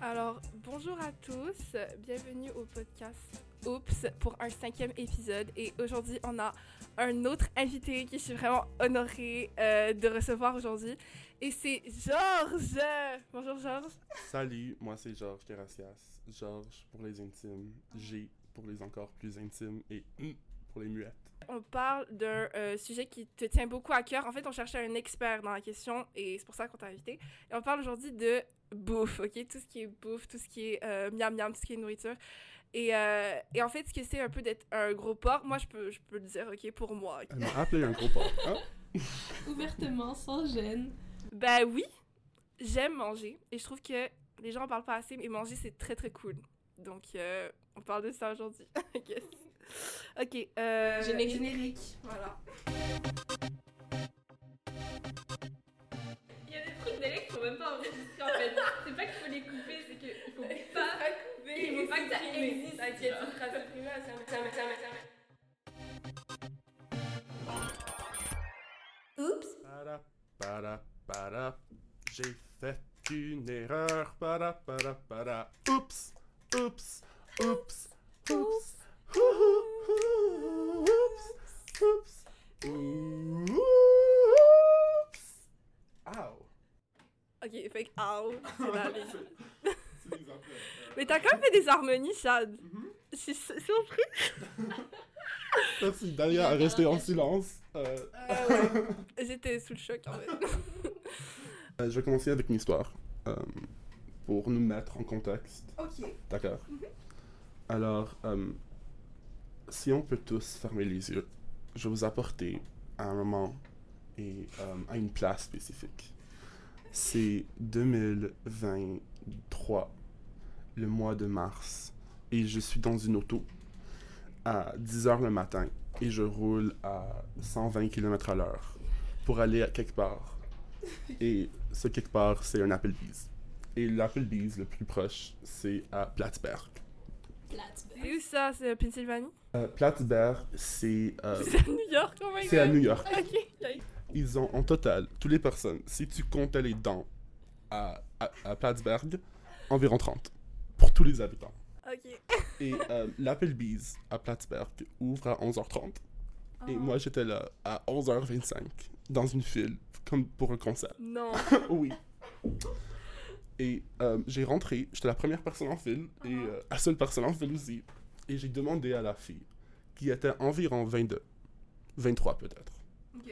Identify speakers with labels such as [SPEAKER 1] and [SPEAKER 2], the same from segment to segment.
[SPEAKER 1] Alors, bonjour à tous, bienvenue au podcast Oups pour un cinquième épisode. Et aujourd'hui, on a un autre invité que je suis vraiment honorée euh, de recevoir aujourd'hui. Et c'est Georges! Bonjour Georges.
[SPEAKER 2] Salut, moi c'est Georges Terracias. Georges pour les intimes, G pour les encore plus intimes et I pour les muettes.
[SPEAKER 1] On parle d'un euh, sujet qui te tient beaucoup à cœur. En fait, on cherchait un expert dans la question et c'est pour ça qu'on t'a invité. Et on parle aujourd'hui de bouffe, OK? Tout ce qui est bouffe, tout ce qui est euh, miam miam, tout ce qui est nourriture. Et, euh, et en fait, ce que c'est un peu d'être un gros porc, moi, je peux, je peux le dire, OK, pour moi. ok?
[SPEAKER 2] Elle m'a appelé un gros porc. Hein?
[SPEAKER 3] ouvertement, sans gêne.
[SPEAKER 1] Ben oui, j'aime manger et je trouve que les gens en parlent pas assez, mais manger, c'est très, très cool. Donc, euh, on parle de ça aujourd'hui. Yes. OK. Euh,
[SPEAKER 3] Générique.
[SPEAKER 1] Voilà.
[SPEAKER 4] Il y a des trucs d'Alex qu'il faut même pas enregistrer en fait. C'est pas qu'il faut les couper, c'est qu'il faut pas. Il faut pas que ça existe. T'inquiète, on sera supprimé, ça me- ça me- ça me- ça me-
[SPEAKER 2] Para, para, para. J'ai fait une erreur. Para, para, para. Oups, oups, oups, oups. Ouh, ouh, ouh, Oups, oups, oups. Ow.
[SPEAKER 1] OK, fait que, ow, c'est dans les-
[SPEAKER 2] C'est l'exemple. euh,
[SPEAKER 1] Mais t'as quand même fait des harmonies, Chad.
[SPEAKER 2] Mhm.
[SPEAKER 1] Je suis su- surpris.
[SPEAKER 2] Merci Dalia à rester en silence. Euh,
[SPEAKER 1] J'étais sous le choc, en fait.
[SPEAKER 2] Euh, je vais commencer avec une histoire euh, pour nous mettre en contexte.
[SPEAKER 1] OK.
[SPEAKER 2] D'accord. Alors, euh, si on peut tous fermer les yeux, je vais vous apporter à un moment et euh, à une place spécifique. C'est 2023, le mois de mars, et je suis dans une auto à 10h le matin et je roule à 120 km à l'heure pour aller à quelque part. Et ce quelque part, c'est un Applebee's. Et l'Applebee's le plus proche, c'est à Plattsburgh.
[SPEAKER 3] ben.
[SPEAKER 1] C'est où ça? C'est Pennsylvanie?
[SPEAKER 2] Euh, Plattsburgh, c'est euh,
[SPEAKER 1] C'est à New York, oh my
[SPEAKER 2] c'est à
[SPEAKER 1] God.
[SPEAKER 2] New York.
[SPEAKER 1] OK. yikes.
[SPEAKER 2] Ils ont en total, toutes les personnes, si tu comptais les dents à, à, à Plattsburgh, environ 30 pour tous les habitants.
[SPEAKER 1] OK.
[SPEAKER 2] Et euh, l'Applebee's à Plattsburgh ouvre à 11h30. Et
[SPEAKER 1] Oh.
[SPEAKER 2] moi, j'étais là à 11h25 dans une file comme pour un concert.
[SPEAKER 1] Non.
[SPEAKER 2] Oui. Et euh, j'ai rentré, j'étais la première personne en file et euh, la seule personne en file aussi. Et j'ai demandé à la fille, qui était environ 22, 23 peut-être.
[SPEAKER 1] OK.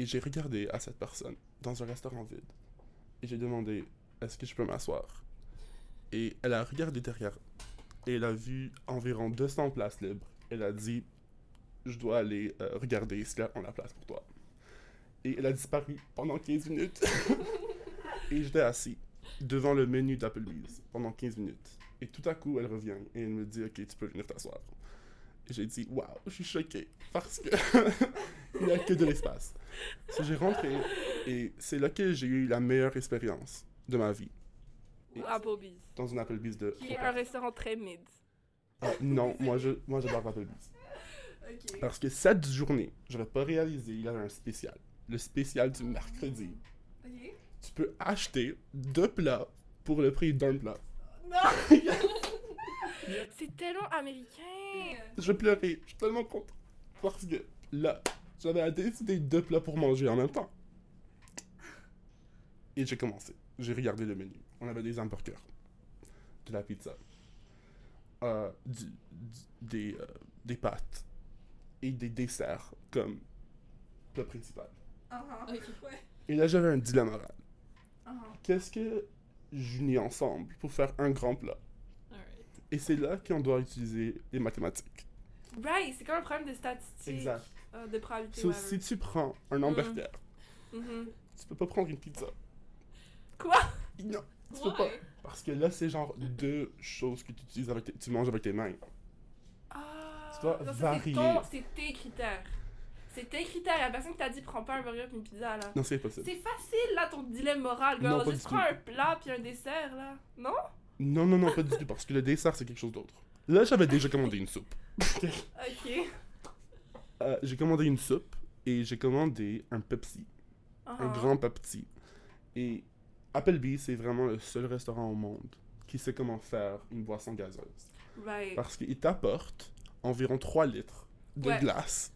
[SPEAKER 2] Et j'ai regardé à cette personne dans un restaurant vide. Et j'ai demandé, est-ce que je peux m'asseoir Et elle a regardé derrière. Et elle a vu environ 200 places libres. Elle a dit, je dois aller euh, regarder s'il y a en la place pour toi. Et elle a disparu pendant 15 minutes. et j'étais assis devant le menu d'Applebee's pendant 15 minutes. Et tout à coup, elle revient et elle me dit, ok, tu peux venir t'asseoir. Et J'ai dit, waouh, je suis choqué parce que il n'y a que de l'espace. So, j'ai rentré et c'est là que j'ai eu la meilleure expérience de ma vie
[SPEAKER 1] Ou Applebee's.
[SPEAKER 2] dans une Applebee's de.
[SPEAKER 1] Qui est un restaurant très mid.
[SPEAKER 2] Ah, non, moi je moi j'adore Applebee's. Parce que cette journée, j'aurais pas réalisé il y avait un spécial, le spécial du mercredi. Tu peux acheter deux plats pour le prix d'un plat.
[SPEAKER 1] C'est tellement américain.
[SPEAKER 2] Je pleurais, je suis tellement content parce que là, j'avais à décider deux plats pour manger en même temps. Et j'ai commencé. J'ai regardé le menu. On avait des hamburgers, de la pizza, euh, du- du- des, euh, des pâtes et des desserts comme plat principal. Et là, j'avais un dilemme moral. Qu'est-ce que j'unis ensemble pour faire un grand plat Et c'est là qu'on doit utiliser les mathématiques.
[SPEAKER 1] Right, c'est comme un problème de statistiques. euh, de probabilité.
[SPEAKER 2] So,
[SPEAKER 1] whatever.
[SPEAKER 2] si tu prends un hamburger,
[SPEAKER 1] Mhm.
[SPEAKER 2] tu peux pas prendre une pizza.
[SPEAKER 1] Quoi?
[SPEAKER 2] Non, tu peux pas. Parce que là, c'est genre deux choses que tu utilises avec tes- tu manges avec tes mains.
[SPEAKER 1] Ah,
[SPEAKER 2] Tu dois
[SPEAKER 1] non, ça, c'est
[SPEAKER 2] varier.
[SPEAKER 1] ton- C'est tes critères. C'est tes critères. La personne qui t'a dit prends pas un burger puis une pizza là.
[SPEAKER 2] Non, c'est impossible.
[SPEAKER 1] C'est facile là ton dilemme moral.
[SPEAKER 2] Non,
[SPEAKER 1] Genre,
[SPEAKER 2] pas
[SPEAKER 1] juste
[SPEAKER 2] du
[SPEAKER 1] prends
[SPEAKER 2] tout.
[SPEAKER 1] un plat puis un dessert là. Non?
[SPEAKER 2] Non, non, non, pas du tout. Parce que le dessert, c'est quelque chose d'autre. Là, j'avais déjà commandé une soupe.
[SPEAKER 1] Ok.
[SPEAKER 2] Euh, j'ai commandé une soupe et j'ai commandé un Pepsi.
[SPEAKER 1] Ah,
[SPEAKER 2] Un grand Pepsi. Et Applebee, c'est vraiment le seul restaurant au monde qui sait comment faire une boisson gazeuse.
[SPEAKER 1] Right.
[SPEAKER 2] Parce qu'il t'apporte environ 3 litres de
[SPEAKER 1] Ouais.
[SPEAKER 2] glace.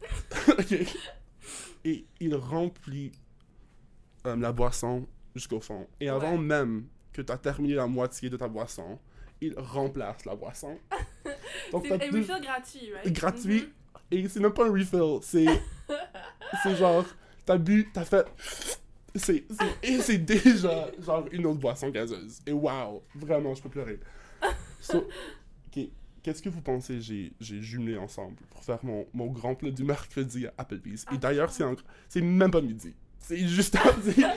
[SPEAKER 2] Ok. Et il remplit euh, la boisson jusqu'au fond. Et avant
[SPEAKER 1] Ouais.
[SPEAKER 2] même que tu as terminé la moitié de ta boisson, il remplace la boisson. Donc,
[SPEAKER 1] C'est
[SPEAKER 2] t'as
[SPEAKER 1] un
[SPEAKER 2] deux- Euh,
[SPEAKER 1] refill gratuit, right? Mm-hmm.
[SPEAKER 2] gratuit. Et c'est même pas un refill, c'est. c'est genre, t'as bu, t'as fait. C'est. c'est- Et c'est déjà, genre, une autre boisson gazeuse. Et waouh, vraiment, je peux pleurer. So, ok, Qu'est-ce que vous pensez j'ai, j'ai jumelé ensemble pour faire mon, mon grand plat du mercredi à Applebee's? Et
[SPEAKER 1] Ah.
[SPEAKER 2] d'ailleurs, c'est, en- c'est même pas midi. C'est juste à dire.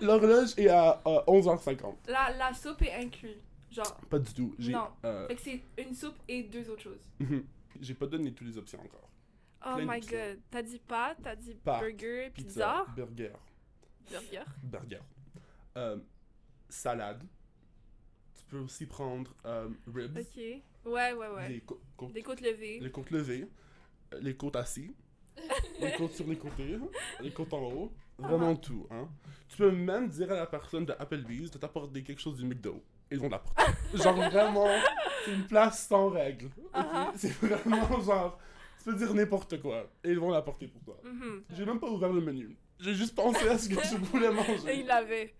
[SPEAKER 2] L'horloge est à euh, 11h50.
[SPEAKER 1] Mhm. La, la soupe est inclue. Genre,
[SPEAKER 2] Pas du tout. J'ai,
[SPEAKER 1] Non.
[SPEAKER 2] euh,
[SPEAKER 1] fait que c'est une soupe et deux autres choses.
[SPEAKER 2] j'ai pas donné toutes les options encore.
[SPEAKER 1] Oh
[SPEAKER 2] Plein
[SPEAKER 1] my
[SPEAKER 2] d'options.
[SPEAKER 1] god. T'as dit pâtes, t'as dit
[SPEAKER 2] Pâtes,
[SPEAKER 1] burger, pizza,
[SPEAKER 2] burger.
[SPEAKER 1] burger.
[SPEAKER 2] burger. Euh, salade. Tu peux aussi prendre euh, ribs,
[SPEAKER 1] Ok. Ouais, ouais, ouais.
[SPEAKER 2] les, cô- cô-
[SPEAKER 1] Des côtes levées.
[SPEAKER 2] les côtes levées, euh, les côtes assises, les côtes sur les côtés, les côtes en haut.
[SPEAKER 1] Uh-huh.
[SPEAKER 2] Vraiment tout, hein. Tu peux même dire à la personne de Applebee's de t'apporter quelque chose du McDo. Ils vont t'apporter. genre vraiment, c'est une place sans règles. ok?
[SPEAKER 1] Ah ah.
[SPEAKER 2] C'est vraiment genre, tu peux dire n'importe quoi et ils vont l'apporter pour toi.
[SPEAKER 1] Mhm.
[SPEAKER 2] J'ai même pas ouvert le menu. J'ai juste pensé à ce que je voulais
[SPEAKER 1] Et
[SPEAKER 2] manger.
[SPEAKER 1] il l'avait.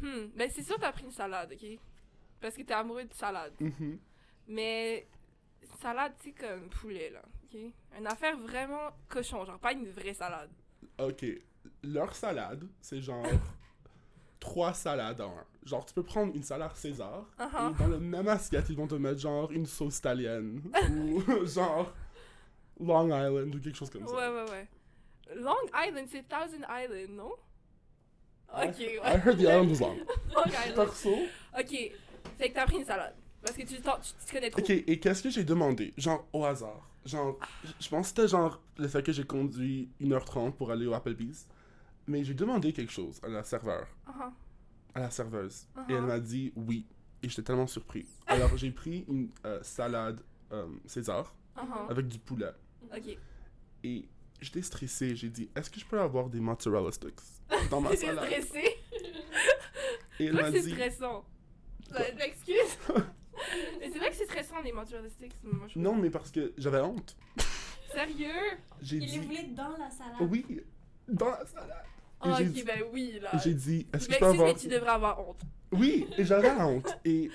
[SPEAKER 1] Hmm. Ben, c'est sûr que t'as pris une salade, ok? Parce que t'es amoureux de salade.
[SPEAKER 2] Mhm.
[SPEAKER 1] Mais salade, tu sais, comme poulet, là. OK? Une affaire vraiment cochon, genre pas une vraie salade.
[SPEAKER 2] Ok, leur salade, c'est genre trois salades en un. Genre, tu peux prendre une salade César,
[SPEAKER 1] Uh-huh.
[SPEAKER 2] et dans le même assiette, ils vont te mettre genre une sauce italienne, ou genre Long Island, ou quelque chose comme ça.
[SPEAKER 1] Ouais, ouais, ouais. Long Island, c'est Thousand Island, non?
[SPEAKER 2] I-
[SPEAKER 1] Ok, ouais.
[SPEAKER 2] I heard the island was long.
[SPEAKER 1] Long Island.
[SPEAKER 2] Perso.
[SPEAKER 1] Ok, fait que t'as pris une salade. Parce que tu, t'en- tu te connais trop.
[SPEAKER 2] Ok, et qu'est-ce que j'ai demandé? Genre, au hasard. Genre, j- je pense que c'était genre le fait que j'ai conduit 1h30 pour aller au Applebee's. Mais j'ai demandé quelque chose à la serveur.
[SPEAKER 1] Uh-huh.
[SPEAKER 2] à la serveuse. Et
[SPEAKER 1] Uh-huh.
[SPEAKER 2] elle m'a dit oui. Et j'étais tellement surpris. Alors j'ai pris une euh, salade euh, César
[SPEAKER 1] Uh-huh.
[SPEAKER 2] avec du poulet.
[SPEAKER 1] Ok.
[SPEAKER 2] Et j'étais stressé. J'ai dit est-ce que je peux avoir des mozzarella sticks dans ma
[SPEAKER 1] T'es
[SPEAKER 2] salade
[SPEAKER 1] stressé?
[SPEAKER 2] Et
[SPEAKER 1] C'est
[SPEAKER 2] elle
[SPEAKER 1] vrai
[SPEAKER 2] m'a
[SPEAKER 1] que c'est
[SPEAKER 2] dit
[SPEAKER 1] stressant.
[SPEAKER 2] Quoi?
[SPEAKER 1] Ouais, Je m'excuse. Mais c'est vrai que c'est stressant, les mentures de sticks. moi, je trouve.
[SPEAKER 2] non, mais parce que j'avais honte.
[SPEAKER 1] Sérieux?
[SPEAKER 2] J'ai
[SPEAKER 3] Il les
[SPEAKER 2] dit
[SPEAKER 3] voulait dans la salade.
[SPEAKER 1] hein?
[SPEAKER 2] oui dans la salade.
[SPEAKER 1] Oh,
[SPEAKER 2] j'ai
[SPEAKER 1] ok,
[SPEAKER 2] dit-
[SPEAKER 1] ben oui, là.
[SPEAKER 2] Et j'ai dit est-ce
[SPEAKER 1] Je
[SPEAKER 2] que je
[SPEAKER 1] m'excuse,
[SPEAKER 2] peux
[SPEAKER 1] mais
[SPEAKER 2] avoir
[SPEAKER 1] tu devrais avoir honte.
[SPEAKER 2] oui et j'avais honte. Et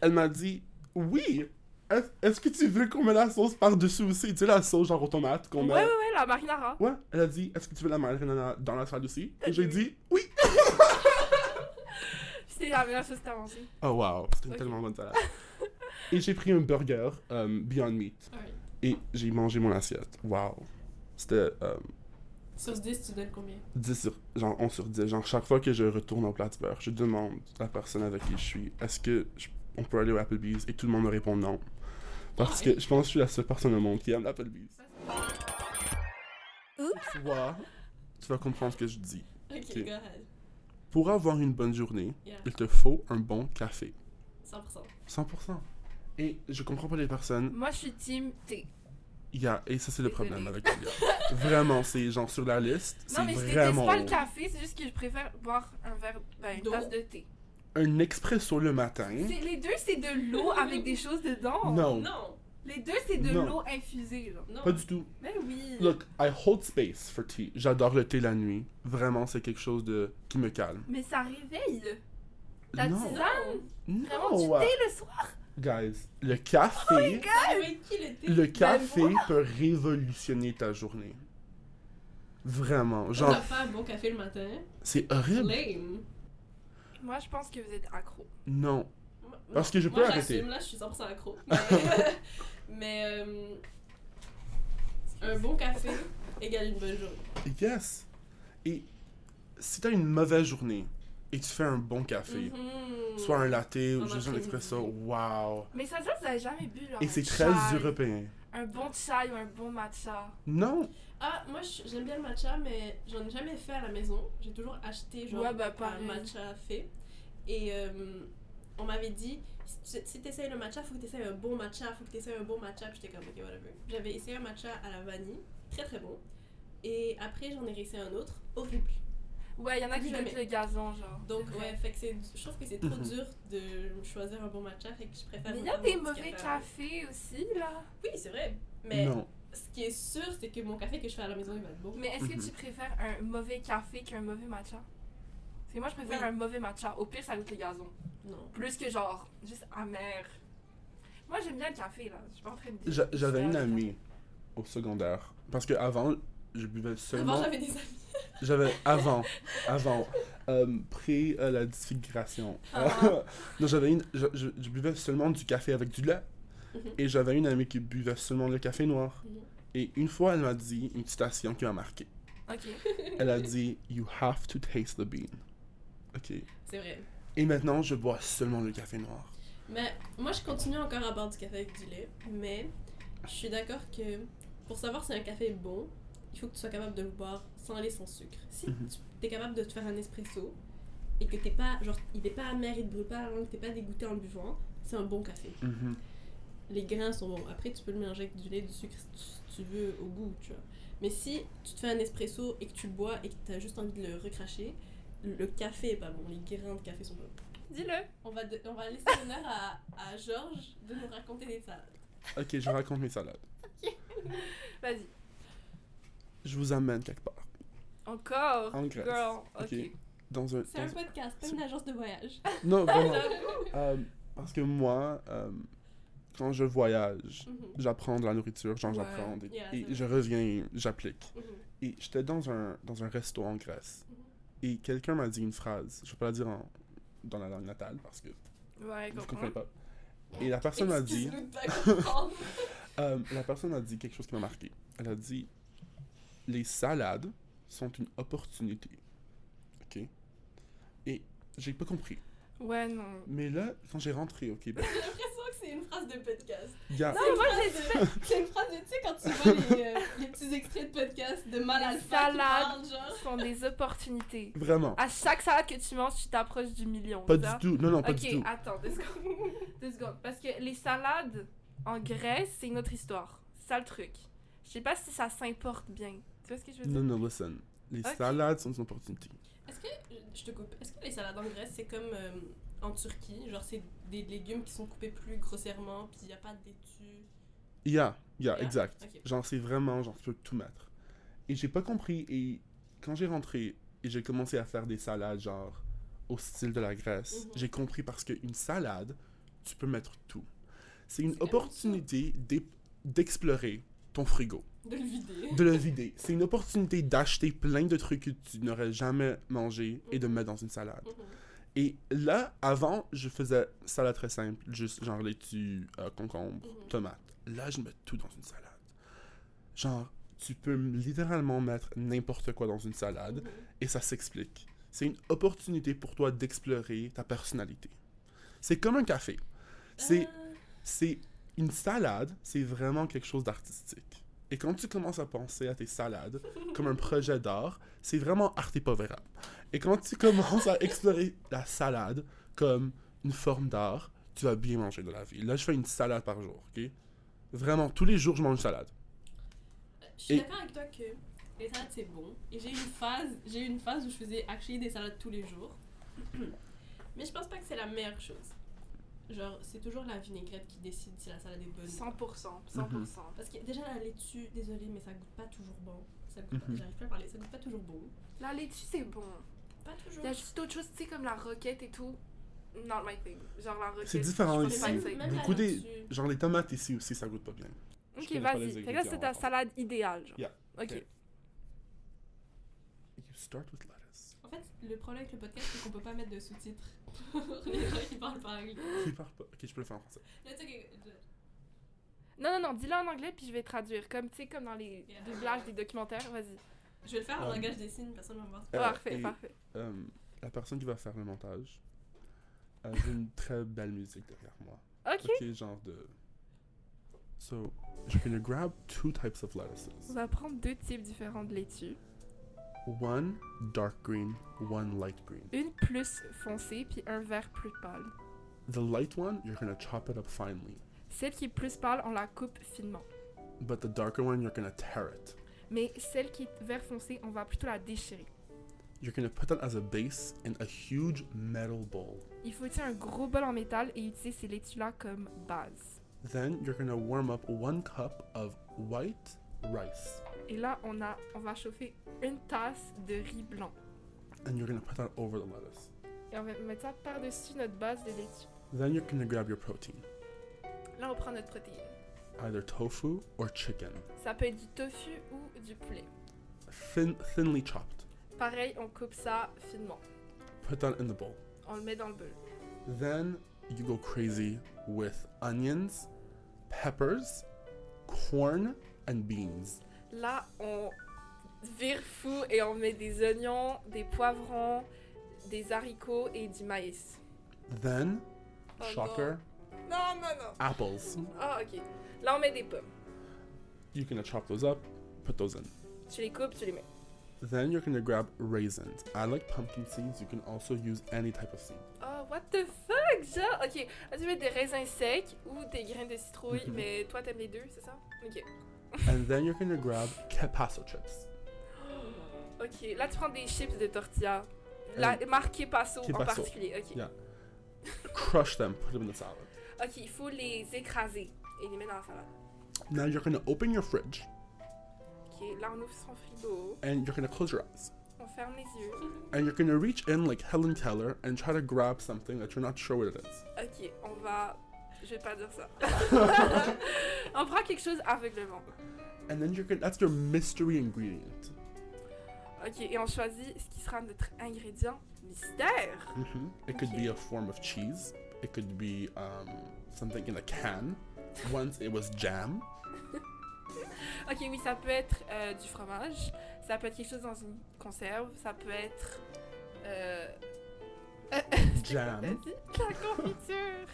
[SPEAKER 2] elle m'a dit oui. Est- Est-ce que tu veux qu'on mette la sauce par-dessus aussi? Tu sais, la sauce genre aux tomates qu'on
[SPEAKER 1] Ouais,
[SPEAKER 2] met
[SPEAKER 1] ouais, ouais, la marinara.
[SPEAKER 2] Ouais, elle a dit, est-ce que tu veux la marinara dans la salle aussi?
[SPEAKER 1] T'as
[SPEAKER 2] Et j'ai
[SPEAKER 1] dit
[SPEAKER 2] dit, oui!
[SPEAKER 1] C'était la meilleure chose que t'as mangée.
[SPEAKER 2] Oh wow, c'était une
[SPEAKER 1] Ok.
[SPEAKER 2] tellement bonne salade. et j'ai pris un burger euh, Beyond Meat
[SPEAKER 3] Alright.
[SPEAKER 2] et j'ai mangé mon assiette. Wow. C'était euh,
[SPEAKER 3] Sur 10, tu donnes combien
[SPEAKER 2] 10 sur, genre 11 sur 10. Genre, chaque fois que je retourne au Plattsburgh, je demande à la personne avec qui je suis, est-ce que je- on peut aller au Applebee's? Et tout le monde me répond non. Parce que je pense que je suis la seule personne au monde qui aime l'Applebee's. Tu vois, tu vas comprendre ce que je dis.
[SPEAKER 3] Ok,
[SPEAKER 2] Ok.
[SPEAKER 3] go ahead.
[SPEAKER 2] Pour avoir une bonne journée,
[SPEAKER 3] Yeah,
[SPEAKER 2] il te faut un bon café.
[SPEAKER 3] 100%.
[SPEAKER 2] 100%. Et je comprends pas les personnes.
[SPEAKER 1] Moi, je suis team thé.
[SPEAKER 2] Il y a, et ça, c'est le
[SPEAKER 1] Désolée.
[SPEAKER 2] problème avec le gars. Vraiment, c'est genre sur la liste.
[SPEAKER 1] Non,
[SPEAKER 2] C'est
[SPEAKER 1] mais je déteste
[SPEAKER 2] vraiment
[SPEAKER 1] pas le café, c'est juste que je préfère boire un verre, ben, une
[SPEAKER 3] D'eau.
[SPEAKER 1] tasse de thé.
[SPEAKER 2] un expresso le matin.
[SPEAKER 1] C'est- Les deux, c'est de l'eau avec des choses dedans.
[SPEAKER 2] Hmm? Non,
[SPEAKER 3] Non,
[SPEAKER 1] Les deux, c'est de
[SPEAKER 2] Non.
[SPEAKER 1] l'eau infusée, là.
[SPEAKER 3] non.
[SPEAKER 2] pas du tout.
[SPEAKER 1] Mais
[SPEAKER 3] Ben
[SPEAKER 1] oui.
[SPEAKER 2] Look, I hold space for tea. J'adore le thé la nuit. Vraiment, c'est quelque chose de qui me calme.
[SPEAKER 1] Mais ça réveille. La
[SPEAKER 2] non,
[SPEAKER 1] tisane. Vraiment,
[SPEAKER 2] non.
[SPEAKER 1] du thé Oh le soir.
[SPEAKER 2] Guys, le café,
[SPEAKER 3] Avec qui le thé
[SPEAKER 2] le café peut révolutionner ta journée. Vraiment,
[SPEAKER 3] Genre.
[SPEAKER 2] genre,
[SPEAKER 3] T'as pas un bon café le matin
[SPEAKER 2] c'est horrible.
[SPEAKER 3] Lame.
[SPEAKER 1] Moi, je pense que vous êtes accro.
[SPEAKER 2] Non,
[SPEAKER 3] Moi-
[SPEAKER 2] Parce que je peux
[SPEAKER 3] moi,
[SPEAKER 2] arrêter.
[SPEAKER 3] j'assume, là, je suis 100% accro. Mais, mais, euh, un bon café égale une bonne journée.
[SPEAKER 2] Yes. Et si t'as une mauvaise journée et tu fais un bon café,
[SPEAKER 3] Mhm.
[SPEAKER 2] soit un latte ou
[SPEAKER 3] En
[SPEAKER 2] juste un
[SPEAKER 3] après-midi.
[SPEAKER 2] expresso, wow.
[SPEAKER 1] Mais ça veut dire que vous avez jamais bu, là.
[SPEAKER 2] Et
[SPEAKER 1] un
[SPEAKER 2] c'est
[SPEAKER 1] chai,
[SPEAKER 2] très européen.
[SPEAKER 1] Un bon chai ou un bon matcha.
[SPEAKER 2] Non.
[SPEAKER 3] Ah, moi je- j'aime bien le matcha, mais j'en ai jamais fait à la maison. J'ai toujours acheté genre
[SPEAKER 1] Ouais, bah,
[SPEAKER 3] un
[SPEAKER 1] pareil.
[SPEAKER 3] matcha fait. Et euh, on m'avait dit, si tu si t'essayes le matcha, faut que t'essayes un bon matcha, faut que t'essayes un bon matcha. Puis j'étais comme, ok, whatever. J'avais essayé un matcha à la vanille, très très bon. Et après j'en ai essayé un autre, horrible.
[SPEAKER 1] Ouais, il y en a qui
[SPEAKER 3] Jamais.
[SPEAKER 1] goûtent le gazon, genre.
[SPEAKER 3] Donc,
[SPEAKER 1] C'est vrai.
[SPEAKER 3] ouais, fait que c'est- je trouve que c'est trop
[SPEAKER 2] Mhm.
[SPEAKER 3] dur de choisir un bon matcha, fait que je préfère.
[SPEAKER 1] Mais il
[SPEAKER 3] me
[SPEAKER 1] y a
[SPEAKER 3] faire
[SPEAKER 1] des
[SPEAKER 3] mon petit
[SPEAKER 1] mauvais
[SPEAKER 3] café.
[SPEAKER 1] cafés aussi, là.
[SPEAKER 3] Oui, c'est vrai. Mais
[SPEAKER 2] Non.
[SPEAKER 3] ce qui est sûr, c'est que mon café que je fais à la maison, il va être bon.
[SPEAKER 1] Mais est-ce que
[SPEAKER 2] Mhm.
[SPEAKER 1] tu préfères un mauvais café qu'un mauvais matcha? Parce que moi, je préfère
[SPEAKER 3] Oui.
[SPEAKER 1] un mauvais matcha. Au pire, ça goûte le gazon.
[SPEAKER 3] Non.
[SPEAKER 1] Plus que genre, juste amer. Moi, j'aime bien le café, là. Je suis pas en train de dire-
[SPEAKER 2] J'a- J'avais une
[SPEAKER 1] Ah,
[SPEAKER 2] amie au secondaire. Parce que avant, je buvais
[SPEAKER 3] Avant,
[SPEAKER 2] seulement.
[SPEAKER 3] j'avais des amis.
[SPEAKER 2] J'avais avant, avant, euh, pré euh, la disfiguration.
[SPEAKER 1] Ah.
[SPEAKER 2] non, j'avais une, je, je- je buvais seulement du café avec du lait.
[SPEAKER 3] Mhm.
[SPEAKER 2] Et j'avais une amie qui buvait seulement le café noir.
[SPEAKER 3] Mhm.
[SPEAKER 2] Et une fois, elle m'a dit une citation qui m'a marqué.
[SPEAKER 1] Ok.
[SPEAKER 2] Elle a dit You have to taste the bean. Ok.
[SPEAKER 3] C'est vrai.
[SPEAKER 2] Et maintenant, je bois seulement le café noir.
[SPEAKER 3] Mais moi, je continue encore à boire du café avec du lait, mais je suis d'accord que pour savoir si un café est bon, il faut que tu sois capable de le boire sans lait, sans sucre. Si
[SPEAKER 2] Mhm.
[SPEAKER 3] tu es capable de te faire un espresso et que t'es pas, genre, il n'est pas amer, il ne brûle pas la langue, t'es pas dégoûté en le buvant, c'est un bon café.
[SPEAKER 2] Mhm.
[SPEAKER 3] Les grains sont bons. Après, tu peux le mélanger avec du lait, du sucre si tu, tu veux, au goût, tu vois. Mais si tu te fais un espresso et que tu le bois et que tu as juste envie de le recracher, le café est pas bon, les grains de café sont pas bons.
[SPEAKER 1] Dis-le.
[SPEAKER 3] On va, de- on va laisser l'honneur à, à Georges de nous raconter des salades.
[SPEAKER 2] Ok, je raconte mes salades.
[SPEAKER 1] Vas-y.
[SPEAKER 2] Je vous amène quelque part.
[SPEAKER 1] Encore.
[SPEAKER 2] En Grèce.
[SPEAKER 1] Girl. Ok.
[SPEAKER 2] Ah, Ok. Dans un.
[SPEAKER 3] C'est un
[SPEAKER 2] dans un-
[SPEAKER 3] podcast, pas une agence de voyage.
[SPEAKER 2] Non, vraiment. Euh, parce que moi, euh, quand je voyage,
[SPEAKER 3] Mhm,
[SPEAKER 2] j'apprends de la nourriture, genre
[SPEAKER 1] Ouais.
[SPEAKER 2] j'apprends. Et,
[SPEAKER 3] Yeah,
[SPEAKER 2] et
[SPEAKER 3] c'est vrai.
[SPEAKER 2] je reviens, j'applique.
[SPEAKER 3] mhm.
[SPEAKER 2] Et j'étais dans un, dans un resto en Grèce.
[SPEAKER 3] Mhm.
[SPEAKER 2] Et quelqu'un m'a dit une phrase. Je vais pas la dire en- dans la langue natale parce que
[SPEAKER 1] Ouais,
[SPEAKER 2] vous
[SPEAKER 1] comprends.
[SPEAKER 2] comprenez pas. Et la personne m'a dit.
[SPEAKER 3] Excuse-nous de pas comprendre.
[SPEAKER 2] euh, la personne a dit quelque chose qui m'a marqué. Elle a dit Les salades sont une opportunité. OK Et j'ai pas compris.
[SPEAKER 1] Ouais, non.
[SPEAKER 2] Mais là, quand j'ai rentré au Québec,
[SPEAKER 3] J'ai l'impression que c'est une phrase de podcast.
[SPEAKER 2] il y a.
[SPEAKER 1] Non, moi, j'ai
[SPEAKER 3] C'est une phrase de, tu sais, quand tu vois les, euh, les petits extraits de podcast de mal
[SPEAKER 1] Les
[SPEAKER 3] alpha qui
[SPEAKER 1] salades.
[SPEAKER 3] parlent, genre.
[SPEAKER 1] Ce sont des opportunités.
[SPEAKER 2] Vraiment.
[SPEAKER 1] À chaque salade que tu manges, tu t'approches du million.
[SPEAKER 2] Pas
[SPEAKER 1] ça.
[SPEAKER 2] du tout. Non, non, pas
[SPEAKER 1] Ok, ah,
[SPEAKER 2] du tout.
[SPEAKER 1] attends, deux secondes. Deux secondes. Parce que les salades en Grèce, c'est une autre histoire. C'est ça le truc. Je sais pas si ça s'importe bien. Tu vois ce que je veux
[SPEAKER 2] Non,
[SPEAKER 1] dire?
[SPEAKER 2] non, listen. Les
[SPEAKER 1] Ok.
[SPEAKER 2] salades sont une opportunité.
[SPEAKER 3] Est-ce que, je te coupe, est-ce que les salades en Grèce, c'est comme euh, en Turquie Genre, c'est des légumes qui sont coupés plus grossièrement, puis il n'y a pas de laitue.
[SPEAKER 2] Yeah, yeah,
[SPEAKER 3] Yeah?
[SPEAKER 2] exact.
[SPEAKER 3] Ok.
[SPEAKER 2] Genre, c'est vraiment, genre, tu peux tout mettre. Et j'ai pas compris. Et quand j'ai rentré et j'ai commencé à faire des salades, genre, au style de la Grèce,
[SPEAKER 3] Mhm.
[SPEAKER 2] j'ai compris parce qu'une salade, tu peux mettre tout. C'est une
[SPEAKER 3] C'est vraiment ça.
[SPEAKER 2] opportunité d'ép- d'explorer ton frigo,
[SPEAKER 3] De le vider.
[SPEAKER 2] de le vider. C'est une opportunité d'acheter plein de trucs que tu n'aurais jamais mangé et de
[SPEAKER 3] Mhm.
[SPEAKER 2] mettre dans une salade.
[SPEAKER 3] Mhm.
[SPEAKER 2] Et là, avant, je faisais salade très simple, juste genre laitue, euh, concombre,
[SPEAKER 3] Mhm.
[SPEAKER 2] tomate. Là, je mets tout dans une salade. Genre, tu peux m- littéralement mettre n'importe quoi dans une salade
[SPEAKER 3] Mhm.
[SPEAKER 2] et ça s'explique. C'est une opportunité pour toi d'explorer ta personnalité. C'est comme un café. C'est
[SPEAKER 3] Ah.
[SPEAKER 2] c'est une salade, c'est vraiment quelque chose d'artistique. Et quand tu commences à penser à tes salades comme un projet d'art, c'est vraiment arte povera. Et quand tu commences à explorer la salade comme une forme d'art, tu vas bien manger de la vie. Là, je fais une salade par jour, ok? Vraiment, tous les jours, je mange une salade.
[SPEAKER 3] Je suis
[SPEAKER 2] Et-
[SPEAKER 3] d'accord avec toi que les salades c'est bon. Et j'ai eu une phase, j'ai eu une phase où je faisais actually des salades tous les jours. Mais je pense pas que c'est la meilleure chose. Genre c'est toujours la vinaigrette qui décide si la salade est bonne.
[SPEAKER 1] 100%. 100%.
[SPEAKER 2] Mhm.
[SPEAKER 3] Parce que déjà la laitue, désolée mais ça goûte pas toujours bon. Ça goûte pas,
[SPEAKER 2] Mhm.
[SPEAKER 3] j'arrive pas à parler, ça goûte pas toujours bon.
[SPEAKER 1] La laitue, c'est bon.
[SPEAKER 3] Pas toujours.
[SPEAKER 1] Il y a juste autre chose, tu sais, comme la roquette et tout. Not my thing. Genre la roquette.
[SPEAKER 2] C'est différent
[SPEAKER 1] je
[SPEAKER 3] Mais
[SPEAKER 1] suis
[SPEAKER 2] ici.
[SPEAKER 1] pas
[SPEAKER 3] même-
[SPEAKER 1] fan.
[SPEAKER 3] même la
[SPEAKER 2] Beaucoup des-
[SPEAKER 3] laitue.
[SPEAKER 2] Genre, les tomates ici aussi, ça goûte pas bien. Je
[SPEAKER 1] Ok,
[SPEAKER 2] connais pas les
[SPEAKER 1] vas-y. Fait que là, c'est ta
[SPEAKER 2] ingrédients,
[SPEAKER 1] salade idéale, genre.
[SPEAKER 2] Yeah.
[SPEAKER 1] Ok.
[SPEAKER 2] Ok. You start with lettuce.
[SPEAKER 3] En fait, le problème avec le podcast c'est qu'on peut pas mettre de sous-titres pour les gens qui parlent pas anglais.
[SPEAKER 2] Qui parle pas. Ok, je peux le faire en français.
[SPEAKER 3] Là, tu sais que-
[SPEAKER 1] Non, non, non, dis-le en anglais, puis je vais traduire. Comme, tu sais, comme dans les
[SPEAKER 3] Yeah.
[SPEAKER 1] doublages des documentaires. Vas-y.
[SPEAKER 3] Je vais le faire en
[SPEAKER 2] Euh.
[SPEAKER 3] langage des signes, personne va me voir.
[SPEAKER 2] Euh,
[SPEAKER 1] parfait,
[SPEAKER 2] et-
[SPEAKER 1] parfait.
[SPEAKER 2] Euh, la personne qui va faire le montage avait une très belle musique derrière moi.
[SPEAKER 1] Ok.
[SPEAKER 2] Ok, genre de. So, you're gonna grab two types of
[SPEAKER 1] On
[SPEAKER 2] lettuces.
[SPEAKER 1] va prendre deux types différents de laitue.
[SPEAKER 2] One dark green, one light green.
[SPEAKER 1] Une plus foncée, puis un vert plus pâle.
[SPEAKER 2] The light one, you're gonna chop it up finely.
[SPEAKER 1] Celle qui est plus pâle, on la coupe finement.
[SPEAKER 2] But the darker one, you're gonna tear it.
[SPEAKER 1] Mais celle qui est vert foncé, on va plutôt la déchirer.
[SPEAKER 2] You're gonna put that as a base in a huge metal bowl.
[SPEAKER 1] Il faut utiliser un gros bol en métal et utiliser ces laitues-là comme base.
[SPEAKER 2] Then you're gonna warm up one cup of white rice,
[SPEAKER 1] Et là, on, a, on va chauffer une tasse de riz blanc.
[SPEAKER 2] and you're gonna put that over the lettuce.
[SPEAKER 1] Et on va mettre ça par-dessus notre base de laitue.
[SPEAKER 2] Then you're gonna grab your protein,
[SPEAKER 1] Là, on prend notre protéine.
[SPEAKER 2] either tofu or chicken,
[SPEAKER 1] Ça peut être du tofu ou du poulet.
[SPEAKER 2] thin, thinly chopped.
[SPEAKER 1] Pareil, on coupe ça finement.
[SPEAKER 2] Put that in the bowl.
[SPEAKER 1] On le met dans le bol.
[SPEAKER 2] Then you go crazy with onions, peppers, corn, and beans.
[SPEAKER 1] Là, on vire fou et on met des oignons, des poivrons, des haricots et du maïs.
[SPEAKER 2] Then,
[SPEAKER 1] Oh,
[SPEAKER 2] shocker,
[SPEAKER 1] Non, non, non.
[SPEAKER 2] apples.
[SPEAKER 1] Ah, ok. Là, on met des pommes.
[SPEAKER 2] You're gonna chop those up, put those in.
[SPEAKER 1] Tu les coupes, tu les mets.
[SPEAKER 2] Then you're gonna grab raisins. I like pumpkin seeds. You can also use any type of seed.
[SPEAKER 1] Oh, what the fuck, genre? Ok, Ah, tu mets des raisins secs ou des graines de citrouille,
[SPEAKER 2] Mhm.
[SPEAKER 1] mais toi, t'aimes les deux, c'est ça? Ok.
[SPEAKER 2] and then you're gonna grab capasso chips.
[SPEAKER 1] Ok, là, tu prends des chips de tortilla. La, marqué passo en
[SPEAKER 2] Kepasso.
[SPEAKER 1] particulier. Ok.
[SPEAKER 2] Yeah. Crush them, put them in the salad.
[SPEAKER 1] Ok, il faut les écraser et les mettre dans la salade.
[SPEAKER 2] Now you're gonna open your fridge
[SPEAKER 1] Ok, là, on ouvre son frigo,
[SPEAKER 2] and you're gonna close your eyes.
[SPEAKER 1] on ferme les yeux.
[SPEAKER 2] And you're gonna reach in like Helen Keller and try to grab something that you're not sure what it is.
[SPEAKER 1] Ok, on va. Je vais pas dire ça. on prend quelque chose aveuglement.
[SPEAKER 2] And then you're gonna that's your mystery ingredient.
[SPEAKER 1] Ok, et on choisit ce qui sera notre ingrédient mystère.
[SPEAKER 2] hmm It could
[SPEAKER 1] Okay.
[SPEAKER 2] be a form of cheese. It could be um, something in a can. Once it was jam.
[SPEAKER 1] Ok, oui, ça peut être euh, du fromage, ça peut être quelque chose dans une conserve, ça peut être. Euh...
[SPEAKER 2] Jam.
[SPEAKER 1] Vas-y, de la confiture!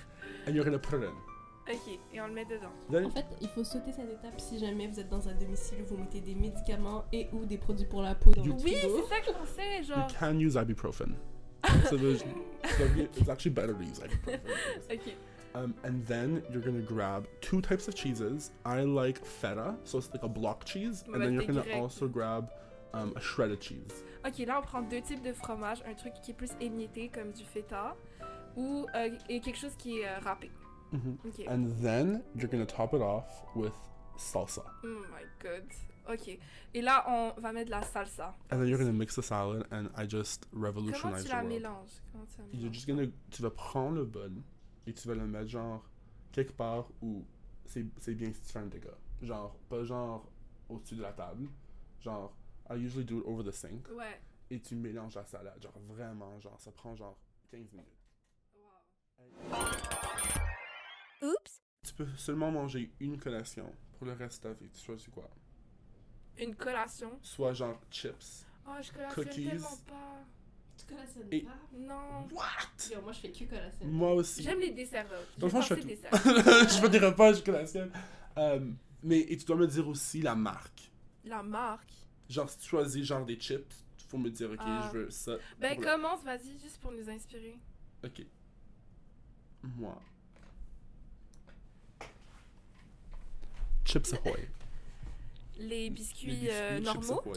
[SPEAKER 2] And you're gonna put it in.
[SPEAKER 1] Ok, et on le met dedans.
[SPEAKER 2] Then
[SPEAKER 3] En fait, il faut sauter cette étape si jamais vous êtes dans un domicile où vous mettez des médicaments et ou des produits pour la peau dans le
[SPEAKER 1] Oui,
[SPEAKER 3] frigo.
[SPEAKER 1] c'est ça qu'on sait,
[SPEAKER 2] you
[SPEAKER 1] genre.
[SPEAKER 2] can use ibuprofen. so there's, so it- it's actually better to use ibuprofen.
[SPEAKER 1] Ok,
[SPEAKER 2] Um, and then you're gonna grab two types of cheeses. I like feta, so it's like a block cheese, and then you're gonna
[SPEAKER 1] Mozzarella.
[SPEAKER 2] also grab um, a shredded cheese.
[SPEAKER 1] ok, là on prend deux types de fromage, un truc qui est plus émietté comme du feta ou euh, et quelque chose qui est euh, râpé. Ok.
[SPEAKER 2] And then you're gonna top it off with salsa,
[SPEAKER 1] Oh my god. Ok. Et là, on va mettre de la salsa.
[SPEAKER 2] and then you're gonna mix the salad. And I just
[SPEAKER 1] Comment
[SPEAKER 2] revolutionized
[SPEAKER 1] tu
[SPEAKER 2] the
[SPEAKER 1] la
[SPEAKER 2] world.
[SPEAKER 1] mélanges Comment tu la
[SPEAKER 2] You're
[SPEAKER 1] mélanges
[SPEAKER 2] just gonna tu vas prendre le bol et tu vas le mettre genre quelque part où c'est c'est bien si tu fais un dégât. Genre pas genre au-dessus de la table. Genre I usually do it over the sink.
[SPEAKER 1] Ouais.
[SPEAKER 2] et tu mélanges la salade. Genre vraiment, genre ça prend genre 15 minutes.
[SPEAKER 5] Oops.
[SPEAKER 2] Tu peux seulement manger une collation pour le reste de ta vie. Tu choisis quoi
[SPEAKER 1] Une collation.
[SPEAKER 2] Soit genre chips.
[SPEAKER 1] Oh, je collationne
[SPEAKER 2] Cookies.
[SPEAKER 1] tellement pas.
[SPEAKER 3] Tu collationnes
[SPEAKER 2] Et-
[SPEAKER 3] pas
[SPEAKER 2] Mm.
[SPEAKER 1] Non.
[SPEAKER 3] Yo, Moi, je fais que collationner.
[SPEAKER 2] Moi aussi.
[SPEAKER 1] J'aime les desserts. là.
[SPEAKER 2] Dans le fond, je fais
[SPEAKER 1] pensé desserts.
[SPEAKER 2] tout. je fais des repas, je collationne. Um, mais et tu dois me dire aussi la marque.
[SPEAKER 1] La marque.
[SPEAKER 2] Genre si tu choisis genre des chips, faut me dire ok,
[SPEAKER 1] Ah.
[SPEAKER 2] je veux ça.
[SPEAKER 1] Ben
[SPEAKER 2] Pour le-
[SPEAKER 1] commence, vas-y, juste pour nous inspirer.
[SPEAKER 2] Ok. Moi. Chips Ahoy.
[SPEAKER 1] Les
[SPEAKER 2] Les
[SPEAKER 1] biscuits, euh,
[SPEAKER 2] biscuits Chips
[SPEAKER 1] normaux. Ah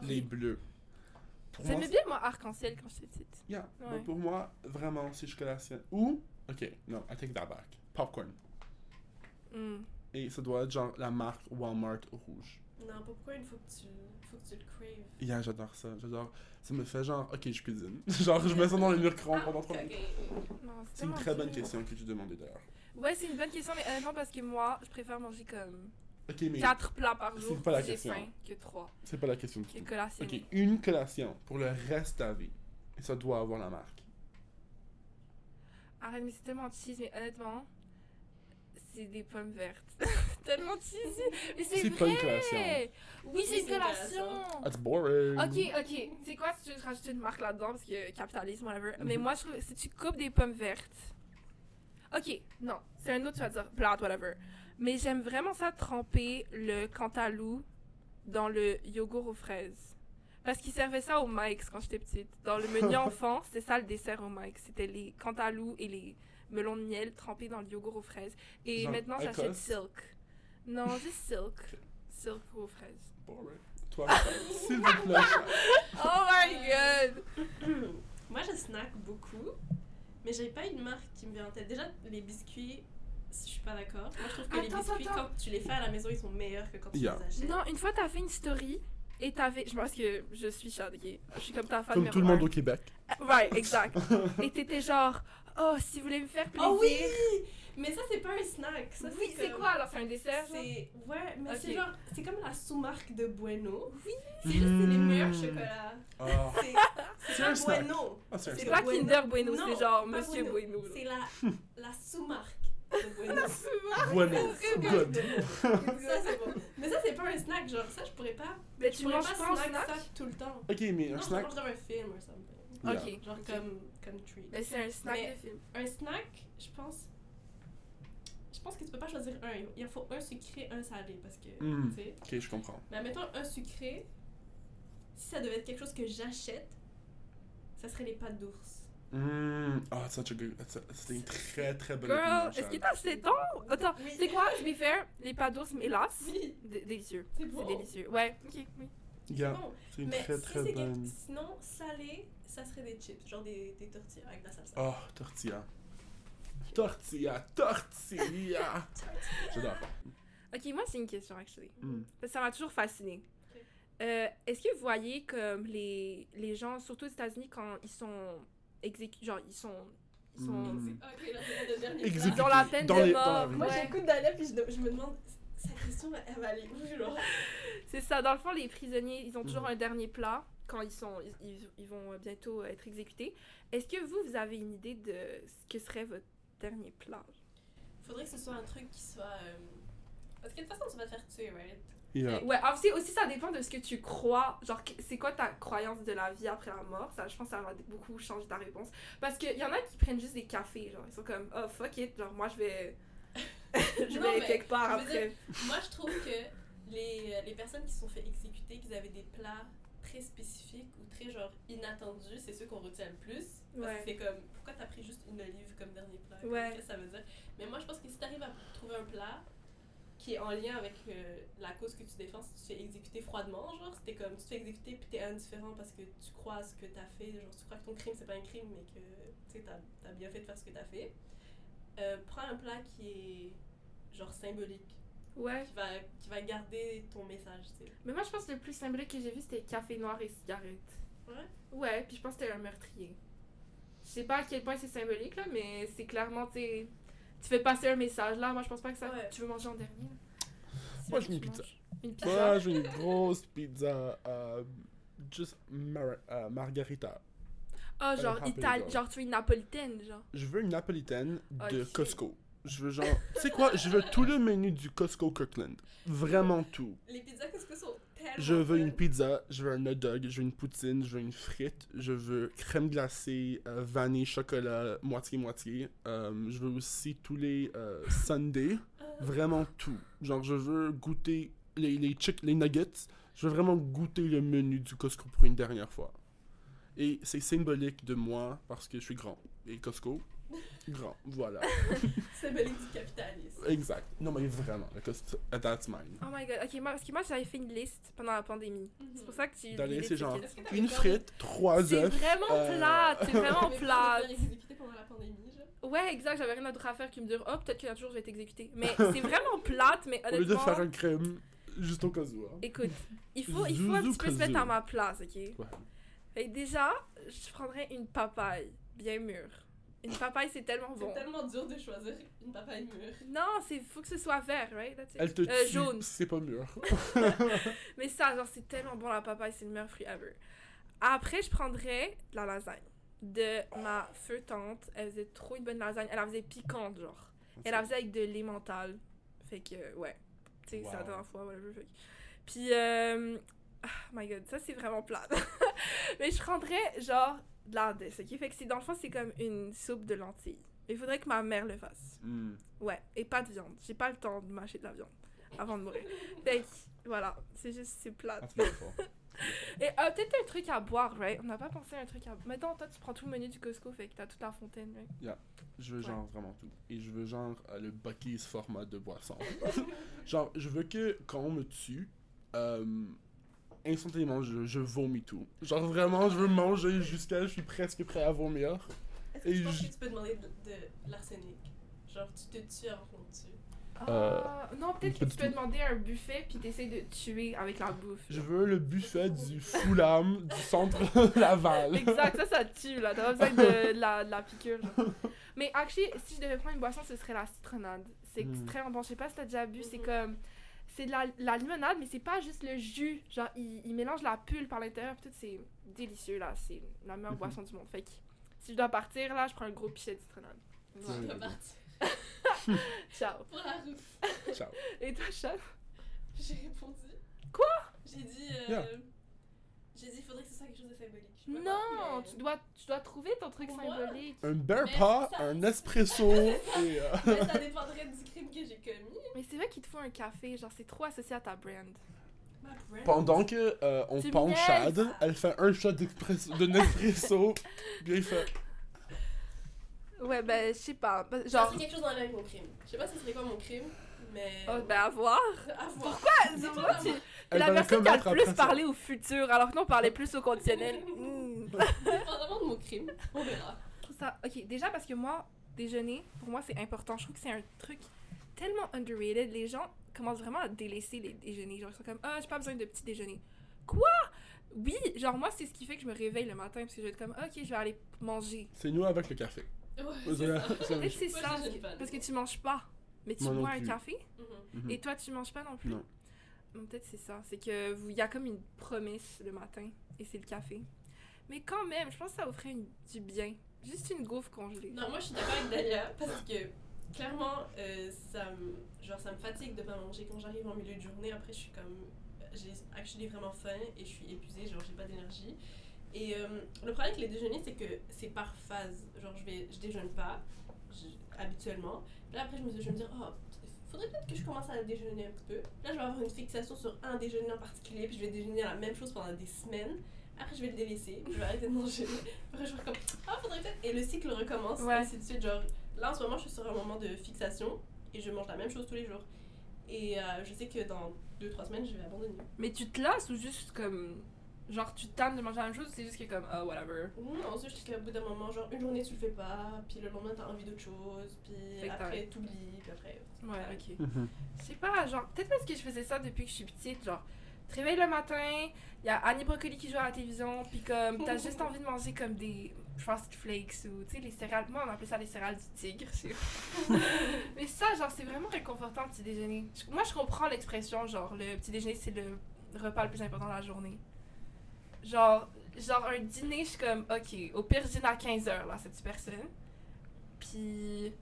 [SPEAKER 2] Ahoy. Les bleus. Pour moi,
[SPEAKER 1] J'aimais bien moi arc-en-ciel quand j'étais petite.
[SPEAKER 2] Yeah.
[SPEAKER 1] Ouais.
[SPEAKER 2] mais Pour moi, vraiment, si je collationne. Ou, ok, non, I take that back. Popcorn.
[SPEAKER 1] Hmm.
[SPEAKER 2] Et ça doit être genre la marque Walmart rouge.
[SPEAKER 3] Non, pourquoi il faut que tu, faut que tu le craves
[SPEAKER 2] Yeah, j'adore ça. J'adore. Ça me fait genre, ok, je cuisine. genre, je mets ça dans le micro-ondes pendant
[SPEAKER 3] Ah,
[SPEAKER 2] 3 minutes.
[SPEAKER 1] Non,
[SPEAKER 2] C'est une
[SPEAKER 1] tellement
[SPEAKER 2] très bonne
[SPEAKER 1] dur.
[SPEAKER 2] question que tu demandais d'ailleurs.
[SPEAKER 1] Ouais, c'est une bonne question, mais honnêtement, parce que moi, je préfère manger comme
[SPEAKER 2] Ok, mais
[SPEAKER 1] 4 plats par
[SPEAKER 2] c'est
[SPEAKER 1] jour
[SPEAKER 2] pas la
[SPEAKER 1] si j'ai
[SPEAKER 2] question.
[SPEAKER 1] faim que 3.
[SPEAKER 2] c'est pas la question
[SPEAKER 1] Que
[SPEAKER 2] du tout.
[SPEAKER 1] collation.
[SPEAKER 2] Ok, une collation pour le reste de ta vie. Et ça doit avoir la marque.
[SPEAKER 1] Arrête, mais c'est tellement cheese, mais honnêtement, c'est des pommes vertes. c'est tellement cheesy. Mais c'est
[SPEAKER 2] C'est pas une Ah collation.
[SPEAKER 1] vrai. Oui, c'est une
[SPEAKER 3] c'est une
[SPEAKER 1] collation.
[SPEAKER 2] That's boring.
[SPEAKER 1] Ok, ok. C'est quoi si tu veux rajouter une marque là-dedans parce que capitalisme, whatever. Mais
[SPEAKER 2] Mhm.
[SPEAKER 1] moi, je trouve que si tu coupes des pommes vertes. Ok, non. C'est un autre, tu vas dire plate, whatever. Mais j'aime vraiment ça tremper le cantalou dans le yogourt aux fraises. Parce qu'ils servaient ça au Mike's quand j'étais petite. Dans le menu enfant, c'était ça le dessert au Mike's. C'était les cantalous et les melons de miel trempés dans le yogourt aux fraises. Et
[SPEAKER 2] Genre
[SPEAKER 1] maintenant, j'achète
[SPEAKER 2] Ecosse?
[SPEAKER 1] Silk. Non, juste Silk. Silk aux fraises.
[SPEAKER 2] Boring. Toi, Charles, s'il vous plaît. Charles.
[SPEAKER 1] Oh my
[SPEAKER 2] Euh,
[SPEAKER 1] god!
[SPEAKER 3] Moi, je snack beaucoup, mais j'ai pas une marque qui me vient en tête. Déjà, les biscuits, je suis pas d'accord. Moi, je trouve que les
[SPEAKER 1] Attends,
[SPEAKER 3] biscuits,
[SPEAKER 1] attends.
[SPEAKER 3] quand tu les fais à la maison, ils sont meilleurs que quand tu
[SPEAKER 2] Yeah.
[SPEAKER 3] les achètes.
[SPEAKER 1] Non, une fois, t'as fait une story et t'avais. Je pense que je suis Charles, ok? Je suis comme ta fan.
[SPEAKER 2] Comme tout le monde au Québec.
[SPEAKER 1] Right, exact. et t'étais genre, oh, si vous voulez me faire plaisir.
[SPEAKER 3] Oh oui! Mais ça, c'est pas un snack. Ça,
[SPEAKER 1] Oui, c'est
[SPEAKER 3] comme-
[SPEAKER 1] quoi alors? C'est un dessert? genre?
[SPEAKER 3] C'est ouais, mais c'est
[SPEAKER 1] Ok.
[SPEAKER 3] genre c'est comme la sous-marque de Bueno. Oui, c'est juste c'est les
[SPEAKER 2] Mm.
[SPEAKER 3] meilleurs chocolats.
[SPEAKER 2] Ah,
[SPEAKER 3] C'est
[SPEAKER 2] c'est
[SPEAKER 3] pas
[SPEAKER 2] un snack.
[SPEAKER 3] Bueno,
[SPEAKER 2] Ah, c'est un
[SPEAKER 1] C'est
[SPEAKER 3] le
[SPEAKER 2] snack.
[SPEAKER 1] pas
[SPEAKER 3] Bueno.
[SPEAKER 1] Kinder Bueno,
[SPEAKER 3] Non,
[SPEAKER 1] c'est genre
[SPEAKER 3] pas
[SPEAKER 1] Monsieur
[SPEAKER 3] Bueno.
[SPEAKER 1] Bueno.
[SPEAKER 3] c'est la la sous-marque de Bueno.
[SPEAKER 2] Bueno.
[SPEAKER 3] Good.
[SPEAKER 2] Good.
[SPEAKER 3] ça c'est bon. Mais ça c'est pas un snack genre ça je pourrais pas.
[SPEAKER 1] Mais
[SPEAKER 3] je
[SPEAKER 1] tu
[SPEAKER 3] pourrais
[SPEAKER 1] manges
[SPEAKER 3] pas
[SPEAKER 1] pas en
[SPEAKER 3] snack,
[SPEAKER 1] snack?
[SPEAKER 3] ça tout le temps.
[SPEAKER 2] Ok, mais un
[SPEAKER 3] non,
[SPEAKER 2] snack.
[SPEAKER 3] je mange dans un film ou something.
[SPEAKER 2] Yeah.
[SPEAKER 1] Ok.
[SPEAKER 3] Genre
[SPEAKER 1] Ok.
[SPEAKER 3] comme comme treat.
[SPEAKER 1] Mais c'est un snack
[SPEAKER 3] Mais-
[SPEAKER 1] de film.
[SPEAKER 3] Un snack, je pense je pense que tu peux pas choisir un. Il en faut un sucré, un salé parce que
[SPEAKER 2] Mm.
[SPEAKER 3] tu sais
[SPEAKER 2] Ok, je comprends.
[SPEAKER 3] Mais admettons un sucré, si ça devait être quelque chose que j'achète, ça serait les pâtes d'ours.
[SPEAKER 2] Mm. Ah, ça, tu- ça, c'était une très très bonne
[SPEAKER 1] Girl,
[SPEAKER 2] opinion,
[SPEAKER 1] est-ce que
[SPEAKER 2] Charles.
[SPEAKER 1] t'as 7 ans? Attends,
[SPEAKER 3] Oui.
[SPEAKER 1] c'est quoi? Je vais faire les pâtes d'ours, mais hélas,
[SPEAKER 3] Oui,
[SPEAKER 1] dé- délicieux.
[SPEAKER 3] c'est
[SPEAKER 1] C'est
[SPEAKER 3] bon.
[SPEAKER 1] délicieux. Ouais, ok, oui.
[SPEAKER 2] Yeah,
[SPEAKER 3] Bon,
[SPEAKER 2] c'est une
[SPEAKER 3] mais
[SPEAKER 2] très
[SPEAKER 3] si
[SPEAKER 2] très
[SPEAKER 3] c'est quelque-
[SPEAKER 2] bonne.
[SPEAKER 3] sinon salé, ça serait des chips, genre des, des tortillas avec de la salsa.
[SPEAKER 2] Oh, tortilla. Tortilla, tortilla. J'adore.
[SPEAKER 1] Ok, moi, c'est une question, actually.
[SPEAKER 2] Mm.
[SPEAKER 1] Parce que ça m'a toujours fascinée.
[SPEAKER 3] Ok.
[SPEAKER 1] Euh, Est-ce que vous voyez comme les, les gens, surtout aux États-Unis, quand ils sont exécutés, genre ils sont. Ils sont
[SPEAKER 2] Mm.
[SPEAKER 3] Ok, là c'est le dernier.
[SPEAKER 2] Exécuté.
[SPEAKER 1] Dans la peine
[SPEAKER 2] Dans
[SPEAKER 1] de
[SPEAKER 2] les- dans la
[SPEAKER 1] mort.
[SPEAKER 2] rue.
[SPEAKER 3] Moi
[SPEAKER 1] ouais.
[SPEAKER 3] j'écoute Dana puis je, je me demande sa question elle va aller où genre.
[SPEAKER 1] C'est ça, dans le fond, les prisonniers, ils ont toujours
[SPEAKER 2] Mhm.
[SPEAKER 1] un dernier plat quand ils, sont, ils, ils- ils vont bientôt être exécutés. Est-ce que vous, vous avez une idée de ce que serait votre dernier plat?
[SPEAKER 3] Faudrait que ce soit un truc qui soit euh, parce que de toute façon tu vas te faire tuer, right?
[SPEAKER 2] Yeah.
[SPEAKER 1] Ouais, alors, c'est- aussi ça dépend de ce que tu crois. Genre, que- c'est quoi ta croyance de la vie après la mort? Ça, je pense que ça va beaucoup changer ta réponse. Parce qu'il y en a qui prennent juste des cafés, genre, ils sont comme, oh fuck it, genre, moi je vais. je
[SPEAKER 3] Non,
[SPEAKER 1] vais
[SPEAKER 3] mais
[SPEAKER 1] quelque part
[SPEAKER 3] je veux
[SPEAKER 1] après.
[SPEAKER 3] Moi, je trouve que les, les personnes qui se sont fait exécuter, qu'ils avaient des plats très spécifiques ou très genre inattendus, c'est ceux qu'on retient le plus. Parce
[SPEAKER 1] Ouais.
[SPEAKER 3] que c'est comme, pourquoi t'as pris juste une olive comme dernier plat Comme,
[SPEAKER 1] Ouais.
[SPEAKER 3] Qu'est-ce que ça veut dire Mais moi, je pense que si t'arrives à trouver un plat qui est en lien avec euh, la cause que tu défends, si tu te fais exécuter froidement, genre, c'était comme, tu te fais exécuter puis t'es indifférent parce que tu crois à ce que t'as fait, genre, tu crois que ton crime, c'est pas un crime, mais que, tu sais, t'as t'as bien fait de faire ce que t'as fait. Euh, prends un plat qui est, genre, symbolique
[SPEAKER 1] Ouais.
[SPEAKER 3] qui va, qui va garder ton message, tu sais.
[SPEAKER 1] Mais moi, je pense que le plus symbolique que j'ai vu, c'était café noir et cigarette.
[SPEAKER 3] Ouais?
[SPEAKER 1] Ouais, puis je pense que c'était un meurtrier. Je sais pas à quel point c'est symbolique, là, mais c'est clairement, tu sais, tu fais passer un message, là. Moi, je pense pas que ça...
[SPEAKER 3] Ouais.
[SPEAKER 1] Tu veux manger en dernier, là?
[SPEAKER 2] Moi,
[SPEAKER 1] C'est
[SPEAKER 2] je mets
[SPEAKER 1] que
[SPEAKER 2] une
[SPEAKER 1] tu
[SPEAKER 2] pizza.
[SPEAKER 1] manges. Une pizza?
[SPEAKER 2] Moi, j'ai une grosse pizza. euh, Juste mar- euh, margarita.
[SPEAKER 1] Ah,
[SPEAKER 2] Pas
[SPEAKER 1] genre,
[SPEAKER 2] le rappel,
[SPEAKER 1] Itali-
[SPEAKER 2] genre.
[SPEAKER 1] genre, tu veux une napolitaine, genre.
[SPEAKER 2] Je veux une napolitaine de
[SPEAKER 1] Ok.
[SPEAKER 2] Costco. Je veux genre. tu sais quoi? Je veux tout le menu du Costco Kirkland. Vraiment tout.
[SPEAKER 3] Les pizzas, qu'est-ce que sont tellement
[SPEAKER 2] Je veux une
[SPEAKER 3] bonnes.
[SPEAKER 2] pizza, je veux un hot dog, je veux une poutine, je veux une frite, je veux crème glacée, euh, vanille, chocolat, moitié-moitié. Euh, je veux aussi tous les euh, sundaes, vraiment tout. Genre, je veux goûter les, les, chick- les nuggets, je veux vraiment goûter le menu du Costco pour une dernière fois. Et c'est symbolique de moi parce que je suis grand. Et Costco, grand, voilà.
[SPEAKER 3] C'est belé du capitalisme.
[SPEAKER 2] Exact. Non, mais vraiment, le Costco, that's mine.
[SPEAKER 1] Oh my god, ok, moi, parce que moi, j'avais fait une liste pendant la pandémie. C'est
[SPEAKER 3] Mhm.
[SPEAKER 1] pour ça que tu...
[SPEAKER 2] Dans les-
[SPEAKER 1] l'idée,
[SPEAKER 2] c'est genre-
[SPEAKER 1] que-
[SPEAKER 3] Est-ce que t'avais
[SPEAKER 2] Une
[SPEAKER 3] peur
[SPEAKER 2] frite, trois
[SPEAKER 1] C'est
[SPEAKER 2] œufs.
[SPEAKER 1] vraiment
[SPEAKER 2] euh,
[SPEAKER 1] plate, c'est
[SPEAKER 3] de-
[SPEAKER 1] vraiment
[SPEAKER 3] t'avais peur de te
[SPEAKER 1] plate.
[SPEAKER 3] faire exécuter pendant la pandémie, genre?
[SPEAKER 1] Ouais, exact, j'avais rien d'autre à faire que me dire, oh, peut-être qu'un jour je vais être exécutée. Mais c'est vraiment plate, mais
[SPEAKER 2] Au lieu de
[SPEAKER 1] honnêtement.
[SPEAKER 2] faire un crème, juste au cas où. hein.
[SPEAKER 1] Écoute, il faut, il faut un petit
[SPEAKER 2] Zouzou
[SPEAKER 1] peu se mettre
[SPEAKER 2] Kazoo.
[SPEAKER 1] à ma place, ok?
[SPEAKER 2] Ouais.
[SPEAKER 1] Et déjà, je prendrais une papaye bien mûre. Une papaye, c'est tellement
[SPEAKER 3] C'est
[SPEAKER 1] bon.
[SPEAKER 3] tellement dur de choisir une papaye mûre.
[SPEAKER 1] Non, c'est faut que ce soit vert, right? That's it.
[SPEAKER 2] Elle te
[SPEAKER 1] Euh,
[SPEAKER 2] tue,
[SPEAKER 1] jaune.
[SPEAKER 2] c'est pas mûr.
[SPEAKER 1] Mais ça, genre, c'est tellement bon la papaye, c'est le meilleur fruit ever. Après, je prendrais de la lasagne de ma feu tante. Elle faisait trop une bonne lasagne. Elle la faisait piquante, genre. Elle la faisait avec de l'emmental. Fait que, euh, ouais. Tu sais, c'est la
[SPEAKER 2] Wow.
[SPEAKER 1] dernière fois, whatever. Fait que- Puis, euh... ah, my god, ça c'est vraiment plate. Mais je prendrais, genre, de l'ardesse, ok? Fait que c'est, dans le fond, c'est comme une soupe de lentilles. Mais il faudrait que ma mère le fasse.
[SPEAKER 2] Hmm.
[SPEAKER 1] Ouais, et pas de viande. J'ai pas le temps de mâcher de la viande avant de mourir. Fait que, voilà, c'est juste, c'est
[SPEAKER 2] Ah,
[SPEAKER 1] plate.
[SPEAKER 2] c'est pas fort.
[SPEAKER 1] Et ah, peut-être un truc à boire, right? On n'a pas pensé à un truc à... Maintenant, toi, tu prends tout le menu du Costco, fait que t'as toute la fontaine, right?
[SPEAKER 2] Je veux
[SPEAKER 1] Ouais.
[SPEAKER 2] genre vraiment tout. Et je veux genre euh, le Bucky's format de boisson. genre, je veux que quand on me tue, euh, instantanément, je, je vomis tout. Genre vraiment, je veux manger jusqu'à je suis presque prêt à vomir.
[SPEAKER 3] Est-ce que
[SPEAKER 2] Et
[SPEAKER 3] tu penses
[SPEAKER 2] je-
[SPEAKER 3] que tu peux demander de, de l'arsenic Genre, tu te tues en tu
[SPEAKER 2] Euh,
[SPEAKER 1] Ah, non, peut-être que
[SPEAKER 2] pas
[SPEAKER 1] tu
[SPEAKER 2] du
[SPEAKER 1] peux
[SPEAKER 2] tout.
[SPEAKER 1] demander un buffet puis t'essayes de tuer avec la bouffe.
[SPEAKER 2] Je veux le buffet du Fulham du centre Laval.
[SPEAKER 1] Exact, ça, ça tue, là. T'as pas besoin de, de la, de la piqûre. genre. Mais actually, si je devais prendre une boisson, ce serait la citronnade. C'est
[SPEAKER 2] Mm.
[SPEAKER 1] extrêmement bon. Je sais pas si t'as déjà bu. C'est
[SPEAKER 3] Mhm.
[SPEAKER 1] comme. C'est de la, la limonade, mais c'est pas juste le jus. Genre, ils il mélangent la pulpe par l'intérieur. puis Tout, c'est délicieux, là. C'est la meilleure
[SPEAKER 2] Mhm.
[SPEAKER 1] boisson du monde. Fait que si je dois partir, là, je prends un gros pichet de citronnade.
[SPEAKER 3] vas
[SPEAKER 2] Ouais.
[SPEAKER 3] partir
[SPEAKER 1] Ciao.
[SPEAKER 3] pour la route.
[SPEAKER 2] Ciao.
[SPEAKER 1] Et toi, Chat
[SPEAKER 3] J'ai répondu. Quoi J'ai dit. euh,
[SPEAKER 2] Yeah.
[SPEAKER 3] J'ai dit, il faudrait que ce soit quelque chose de symbolique. Je sais pas quoi,
[SPEAKER 1] Non,
[SPEAKER 3] mais-
[SPEAKER 1] Oh, tu dois, tu dois trouver ton truc
[SPEAKER 3] Pour moi?
[SPEAKER 1] symbolique.
[SPEAKER 2] Un bear
[SPEAKER 3] Mais
[SPEAKER 2] paw,
[SPEAKER 3] ça-
[SPEAKER 2] un espresso et. euh,
[SPEAKER 3] Mais ça dépendrait du crime que j'ai commis.
[SPEAKER 1] Mais c'est vrai qu'il te faut un café. Genre, c'est trop associé à ta brand.
[SPEAKER 3] Ma brand.
[SPEAKER 2] Pendant que euh, on
[SPEAKER 1] Tu
[SPEAKER 2] pend
[SPEAKER 1] me
[SPEAKER 2] Chad, elle fait un shot d'expresso- de Nespresso. Bien fait.
[SPEAKER 1] Ouais, ben, je sais pas. Ben,
[SPEAKER 3] Genre.
[SPEAKER 1] Genre.
[SPEAKER 3] quelque chose en lien avec mon crime. Je sais pas si ce serait quoi mon crime, mais.
[SPEAKER 1] Oh, ben, à voir.
[SPEAKER 3] à voir.
[SPEAKER 1] Dis-moi, tu- T'es
[SPEAKER 2] Elle
[SPEAKER 1] la
[SPEAKER 2] va
[SPEAKER 1] personne qui a le
[SPEAKER 2] commettre
[SPEAKER 1] plus
[SPEAKER 2] après ça.
[SPEAKER 1] parlé au futur, alors que nous on parlait plus au conditionnel. Mm.
[SPEAKER 3] Dépendamment de mon crime, on verra.
[SPEAKER 1] Je trouve ça- Ok, déjà parce que moi, déjeuner, pour moi c'est important. Je trouve que c'est un truc tellement underrated. Les gens commencent vraiment à délaisser les déjeuners. Genre, ils sont comme, ah, j'ai pas besoin de petit déjeuner. Quoi? Oui, genre moi c'est ce qui fait que je me réveille le matin parce que je vais être comme, ok, je vais aller manger.
[SPEAKER 2] C'est nous avec le café.
[SPEAKER 3] Ouais,
[SPEAKER 2] Vous
[SPEAKER 3] c'est
[SPEAKER 2] avez-
[SPEAKER 3] ça.
[SPEAKER 2] vous avez-
[SPEAKER 1] Peut-être c'est
[SPEAKER 3] Moi,
[SPEAKER 1] ça, parce
[SPEAKER 3] je déjeune
[SPEAKER 1] que,
[SPEAKER 3] pas, non.
[SPEAKER 1] parce que tu manges pas, mais tu
[SPEAKER 2] Moi non
[SPEAKER 1] bois un
[SPEAKER 2] plus.
[SPEAKER 1] café
[SPEAKER 3] Mhm.
[SPEAKER 2] Mhm.
[SPEAKER 1] et toi tu manges pas non plus.
[SPEAKER 2] Non.
[SPEAKER 1] Bon, Peut-être c'est ça. C'est que vous- il y a comme une promesse le matin et c'est le café. Mais quand même, je pense que ça vous ferait une- du bien. Juste une gaufre congelée.
[SPEAKER 3] Non, moi je suis d'accord avec Dalia parce que clairement, euh, ça, me, genre, ça me fatigue de pas manger. Quand j'arrive en milieu de journée, après je suis comme. J'ai actually vraiment faim et je suis épuisée, genre j'ai pas d'énergie. Et euh, le problème avec les déjeuners, c'est que c'est par phase. Genre je, vais, je déjeune pas je- habituellement. Là après, je me, je vais me dire, oh, faudrait peut-être que je commence à déjeuner un peu. Là, je vais avoir une fixation sur un déjeuner en particulier, puis je vais déjeuner la même chose pendant des semaines. Après, je vais le délaisser, je vais arrêter de manger. Après, je vais comme, ah, faudrait peut-être. Et le cycle recommence,
[SPEAKER 1] Ouais.
[SPEAKER 3] et ainsi de suite. Genre, là, en ce moment, je suis sur un moment de fixation et je mange la même chose tous les jours. Et euh, je sais que dans 2-3 semaines, je vais abandonner.
[SPEAKER 1] Mais tu te lasses ou juste comme. Genre, tu te tannes de manger la même chose ou c'est juste que comme, oh, whatever.
[SPEAKER 3] Non, c'est juste qu'au bout d'un moment, genre, une journée, tu le fais pas, puis le lendemain, t'as envie d'autre chose, puis
[SPEAKER 1] Fait que
[SPEAKER 3] après,
[SPEAKER 1] t'arrêtes.
[SPEAKER 3] t'oublies, puis après.
[SPEAKER 1] Ouais, ok.
[SPEAKER 2] Mhm.
[SPEAKER 1] Je sais pas, genre, peut-être parce que je faisais ça depuis que je suis petite. Genre, tu te réveilles le matin, il y a Annie Brocoli qui joue à la télévision, puis comme, t'as juste envie de manger comme des Frosted Flakes ou, tu sais, les céréales. Moi, on appelait ça les céréales du tigre, c'est Mais ça, genre, c'est vraiment réconfortant, le petit déjeuner. Je- moi, je comprends l'expression, genre, le petit déjeuner, c'est le repas le plus important de la journée. Genre, genre un dîner, je suis comme, ok, au pire, je dîne à 15h, là, cette personne. Puis,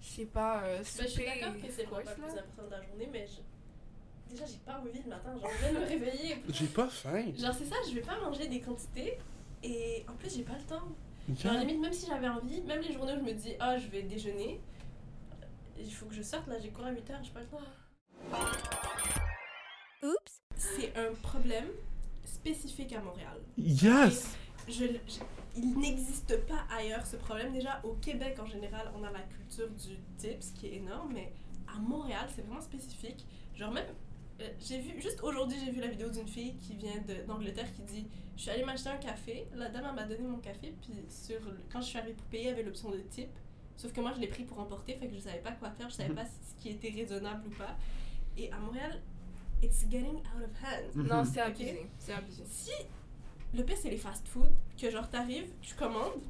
[SPEAKER 1] je sais pas, euh,
[SPEAKER 3] Ben, je suis
[SPEAKER 1] souper,
[SPEAKER 3] d'accord que c'est le
[SPEAKER 1] course,
[SPEAKER 3] repas le
[SPEAKER 1] là.
[SPEAKER 3] plus important de la journée, mais je- déjà, j'ai pas envie le matin. Genre, je vais me réveiller.
[SPEAKER 2] J'ai pas faim.
[SPEAKER 3] Genre, c'est ça, je vais pas manger des quantités. Et en plus, j'ai pas le temps. Genre,
[SPEAKER 2] Yeah.
[SPEAKER 3] limite, même si j'avais envie, même les journées où je me dis, ah, je vais déjeuner, il faut que je sorte là, j'ai cours à 8 heures, j'ai pas le temps.
[SPEAKER 5] Oups.
[SPEAKER 3] C'est un problème spécifique à Montréal.
[SPEAKER 2] Yes!
[SPEAKER 3] Je, le- je- il n'existe pas ailleurs ce problème. Déjà, au Québec en général, on a la culture du tips qui est énorme, mais à Montréal, c'est vraiment spécifique. Genre, même, euh, j'ai vu, juste aujourd'hui, j'ai vu la vidéo d'une fille qui vient de- d'Angleterre qui dit Je suis allée m'acheter un café, la dame elle m'a donné mon café, puis sur le- quand je suis arrivée pour payer, il y avait l'option de type. Sauf que moi, je l'ai pris pour emporter, fait que je savais pas quoi faire, je savais pas si- ce qui était raisonnable ou pas. Et à Montréal, it's getting out of hand.
[SPEAKER 1] Non,
[SPEAKER 2] Mhm.
[SPEAKER 1] c'est
[SPEAKER 3] Ok.
[SPEAKER 1] abusé. C'est abusé.
[SPEAKER 3] Si le pire c'est les fast food, que genre t'arrives, tu commandes,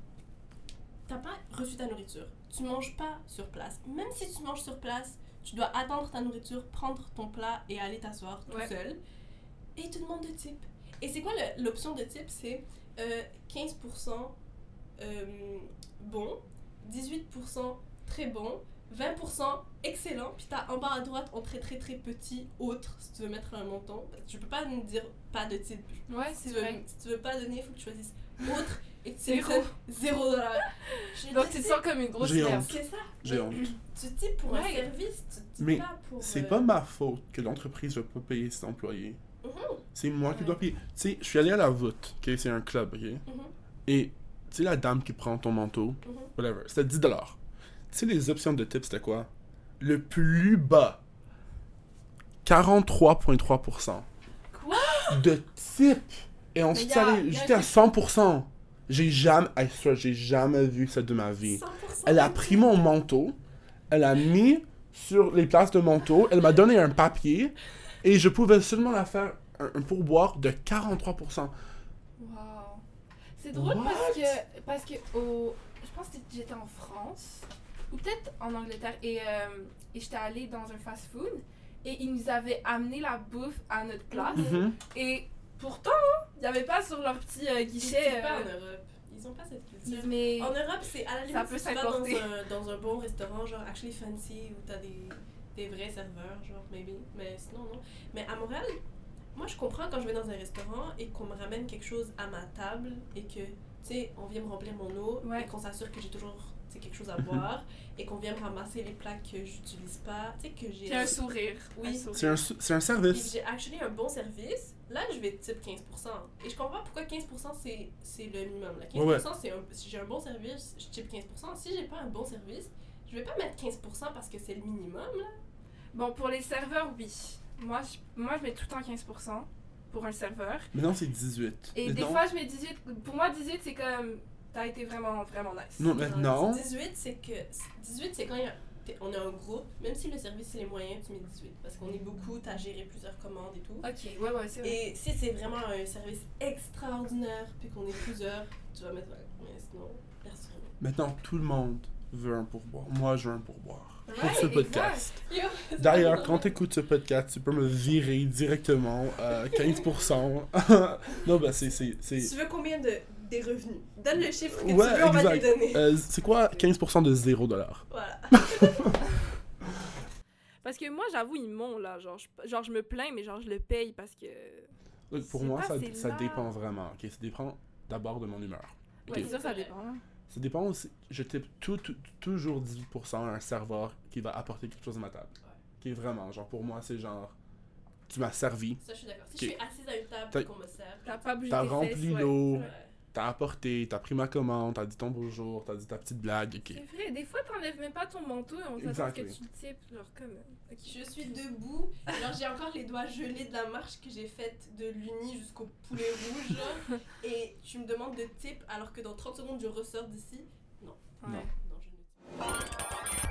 [SPEAKER 3] t'as pas reçu ta nourriture, tu manges pas sur place. Même si tu manges sur place, tu dois attendre ta nourriture, prendre ton plat et aller t'asseoir tout
[SPEAKER 1] Ouais.
[SPEAKER 3] seul. Et ils te demandent de type. Et c'est quoi le- l'option de type C'est euh, 15% euh, bon, 18% très bon, 20% excellent, puis t'as en bas à droite en très très très petit autre si tu veux mettre un montant. Je peux pas me dire pas de type.
[SPEAKER 1] Ouais,
[SPEAKER 3] Ah,
[SPEAKER 1] c'est
[SPEAKER 3] Si tu, veux,
[SPEAKER 1] vrai.
[SPEAKER 3] si tu veux pas donner, il faut que tu choisisses autre et tu
[SPEAKER 1] Zéro.
[SPEAKER 3] sélectionnes zéro dollar. Je
[SPEAKER 1] Donc tu te
[SPEAKER 3] déteste-
[SPEAKER 1] sens comme une grosse
[SPEAKER 2] J'ai
[SPEAKER 1] merde.
[SPEAKER 2] honte.
[SPEAKER 3] C'est ça.
[SPEAKER 2] J'ai honte.
[SPEAKER 3] Tu types pour un
[SPEAKER 1] Ouais.
[SPEAKER 3] service, tu types
[SPEAKER 2] Mais
[SPEAKER 3] pas pour.
[SPEAKER 2] C'est
[SPEAKER 3] euh,
[SPEAKER 2] pas ma faute que l'entreprise va pas payer ses employés.
[SPEAKER 3] Mhm.
[SPEAKER 2] C'est moi qui
[SPEAKER 1] Ouais.
[SPEAKER 2] dois payer. Tu sais, je suis allé à la voûte, ok? C'est un club, ok?
[SPEAKER 3] Mhm.
[SPEAKER 2] Et tu sais, la dame qui prend ton manteau,
[SPEAKER 3] Mhm.
[SPEAKER 2] whatever, c'était 10 dollars. Tu sais, les options de tips, c'était quoi? Le plus bas, 43,3%.
[SPEAKER 1] Quoi?
[SPEAKER 2] de type. Et on
[SPEAKER 3] Mais
[SPEAKER 2] s'est
[SPEAKER 3] y a- y
[SPEAKER 2] allé
[SPEAKER 3] a
[SPEAKER 2] j'étais à
[SPEAKER 3] que-
[SPEAKER 2] 100%. J'ai jamais, I swear, j'ai jamais vu ça de ma vie.
[SPEAKER 3] 100%.
[SPEAKER 2] Elle a pris mon manteau, elle a mis sur les places de manteau, elle m'a donné un papier et je pouvais seulement la faire un, un pourboire de 43%.
[SPEAKER 6] Wow. C'est drôle
[SPEAKER 2] What?
[SPEAKER 6] parce que, parce que au, je pense que j'étais en France ou peut-être en Angleterre et, euh, et j'étais allée dans un fast-food et ils nous avaient amené la bouffe à notre
[SPEAKER 1] Ah,
[SPEAKER 6] place
[SPEAKER 2] Mhm.
[SPEAKER 6] et pourtant hein, il n'y avait pas sur leur petit euh, guichet.
[SPEAKER 3] C'est pas en
[SPEAKER 6] euh,
[SPEAKER 3] Europe. Ils ont pas cette culture.
[SPEAKER 6] mais
[SPEAKER 3] En Europe, c'est à la limite,
[SPEAKER 6] Ça peut
[SPEAKER 3] si tu vas
[SPEAKER 6] s'importer.
[SPEAKER 3] Dans un, dans un bon restaurant, genre Ashley Fancy, où t'as des, des vrais serveurs, genre, maybe. Mais sinon, non. Mais à Montréal, moi, je comprends quand je vais dans un restaurant et qu'on me ramène quelque chose à ma table et que, tu sais, on vient me remplir mon eau
[SPEAKER 6] Ouais.
[SPEAKER 3] et qu'on s'assure que j'ai toujours tu sais, quelque chose à boire et qu'on vient me ramasser les plats que j'utilise pas, tu sais, que j'ai.
[SPEAKER 1] Puis un sourire.
[SPEAKER 3] Oui.
[SPEAKER 1] Un sourire.
[SPEAKER 2] C'est un, sou- c'est un
[SPEAKER 3] Puis
[SPEAKER 2] service.
[SPEAKER 3] j'ai actually un bon service, là je vais type 15%. Et je comprends pas pourquoi 15% c'est, c'est le minimum. Là. 15%
[SPEAKER 2] Ouais, ouais.
[SPEAKER 3] c'est un- si j'ai un bon service, je type 15%. Si j'ai pas un bon service, je vais pas mettre 15% parce que c'est le minimum. Là.
[SPEAKER 6] Bon, pour les serveurs, oui. Moi, je, moi, je mets tout le temps 15% pour un serveur.
[SPEAKER 2] Maintenant, c'est 18.
[SPEAKER 6] Et
[SPEAKER 2] Mais
[SPEAKER 6] des
[SPEAKER 2] non,
[SPEAKER 6] fois, je mets 18. Pour moi, 18, c'est comme. T'as été vraiment, vraiment nice.
[SPEAKER 2] non, maintenant,
[SPEAKER 3] 18 c'est que 18 c'est quand il y a- t'es- on est en groupe, même si le service c'est les moyens, tu mets 18 parce qu'on est beaucoup, t'as géré plusieurs commandes et tout.
[SPEAKER 6] Ok, ouais, ouais, c'est vrai.
[SPEAKER 3] Et si c'est vraiment un service extraordinaire puis qu'on est plusieurs, tu vas mettre 20. Mais sinon, personne.
[SPEAKER 2] maintenant, tout le monde veut un pourboire. Moi, je veux un pourboire. Pour
[SPEAKER 6] Ouais,
[SPEAKER 2] ce
[SPEAKER 6] exact.
[SPEAKER 2] podcast.
[SPEAKER 3] Yo, c'est
[SPEAKER 2] D'ailleurs, quand
[SPEAKER 3] pas normal.
[SPEAKER 2] t'écoutes ce podcast, tu peux me virer directement euh, à 15%. non, bah, c'est. c'est- c'est-
[SPEAKER 3] Tu veux combien de des revenus Donne le chiffre que
[SPEAKER 2] Ouais,
[SPEAKER 3] tu veux, on va te
[SPEAKER 2] exact.
[SPEAKER 3] le donner.
[SPEAKER 2] Euh, c'est quoi 15% de 0 dollar?
[SPEAKER 3] Voilà.
[SPEAKER 1] Parce que moi, j'avoue, ils m'ont, là. Genre je, genre, je me plains, mais genre, je le paye parce que.
[SPEAKER 2] Donc, Pour
[SPEAKER 1] C'est
[SPEAKER 2] moi,
[SPEAKER 1] pas
[SPEAKER 2] ça,
[SPEAKER 1] assez
[SPEAKER 2] ça
[SPEAKER 1] large.
[SPEAKER 2] dépend vraiment. ok? Ça dépend d'abord de mon humeur. Ok.
[SPEAKER 1] Ouais, c'est sûr, ça
[SPEAKER 3] Ouais.
[SPEAKER 1] dépend. hein.
[SPEAKER 2] Ça dépend aussi. Je type tout, tout- toujours 18% à un serveur qui va apporter quelque chose à ma table. Qui est vraiment, genre, pour moi, c'est genre, tu m'as servi,
[SPEAKER 3] Ça, je suis d'accord. Si
[SPEAKER 2] Ok.
[SPEAKER 3] je suis assise à une table
[SPEAKER 2] T'as-
[SPEAKER 3] qu'on me Euh, sert.
[SPEAKER 1] T'as pas bougé
[SPEAKER 2] t'as
[SPEAKER 1] tes
[SPEAKER 2] rempli
[SPEAKER 1] fesses, ouais.
[SPEAKER 2] l'eau,
[SPEAKER 3] ouais.
[SPEAKER 2] t'as apporté, t'as pris ma commande, t'as dit ton bonjour, t'as dit ta petite blague. ok.
[SPEAKER 6] C'est vrai, des fois, t'enlèves même pas ton manteau et on s'attend à ce que
[SPEAKER 2] Exactly.
[SPEAKER 6] tu le types. Genre, comme. Ok.
[SPEAKER 3] Je suis debout. Alors, j'ai encore les doigts gelés de la marche que j'ai faite de l'Uni jusqu'au poulet rouge. Et tu me demandes de type alors que dans 30 secondes, je ressors d'ici.
[SPEAKER 1] Ouais.
[SPEAKER 2] Non.
[SPEAKER 3] Non, je ne type pas.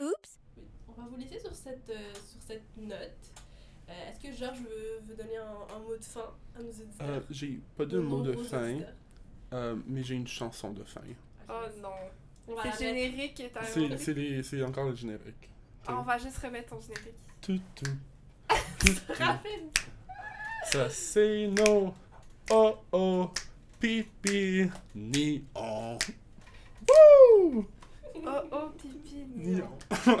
[SPEAKER 5] Oups.
[SPEAKER 3] Oui. On va vous laisser sur cette, euh, sur cette note. Euh, Est-ce que Georges veut, veut donner un, un mot de fin à nos auditeurs
[SPEAKER 2] Euh, j'ai pas de
[SPEAKER 3] Ou
[SPEAKER 2] mots de
[SPEAKER 3] aux
[SPEAKER 2] fin,
[SPEAKER 3] auditeurs
[SPEAKER 2] euh, mais j'ai une chanson de fin.
[SPEAKER 3] Ah,
[SPEAKER 6] Oh
[SPEAKER 3] je-
[SPEAKER 6] non.
[SPEAKER 3] on va la
[SPEAKER 6] C'est
[SPEAKER 3] mettre.
[SPEAKER 6] générique et t'as
[SPEAKER 2] C'est- C'est les- c'est encore le générique.
[SPEAKER 6] Ah, on va juste remettre ton générique.
[SPEAKER 2] Tout, tout. Tout, tout.
[SPEAKER 3] Raphaël,
[SPEAKER 2] Ça c'est non. Oh oh. Pipi. Néon. Wouh!
[SPEAKER 6] Oh oh, pipi.
[SPEAKER 2] Néon.
[SPEAKER 6] mignon.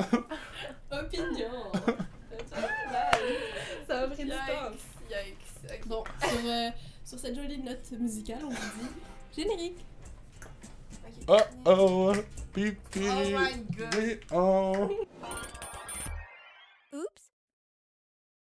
[SPEAKER 3] Opinion.
[SPEAKER 6] Ça a
[SPEAKER 3] pris
[SPEAKER 6] pris
[SPEAKER 3] du
[SPEAKER 6] du
[SPEAKER 3] temps.
[SPEAKER 6] temps. Yikes. ok.
[SPEAKER 3] bon, sur, euh, sur cette jolie note musicale, on vous dit générique.
[SPEAKER 2] Oh oh. Pipi.
[SPEAKER 6] Oh my God.
[SPEAKER 2] Néon.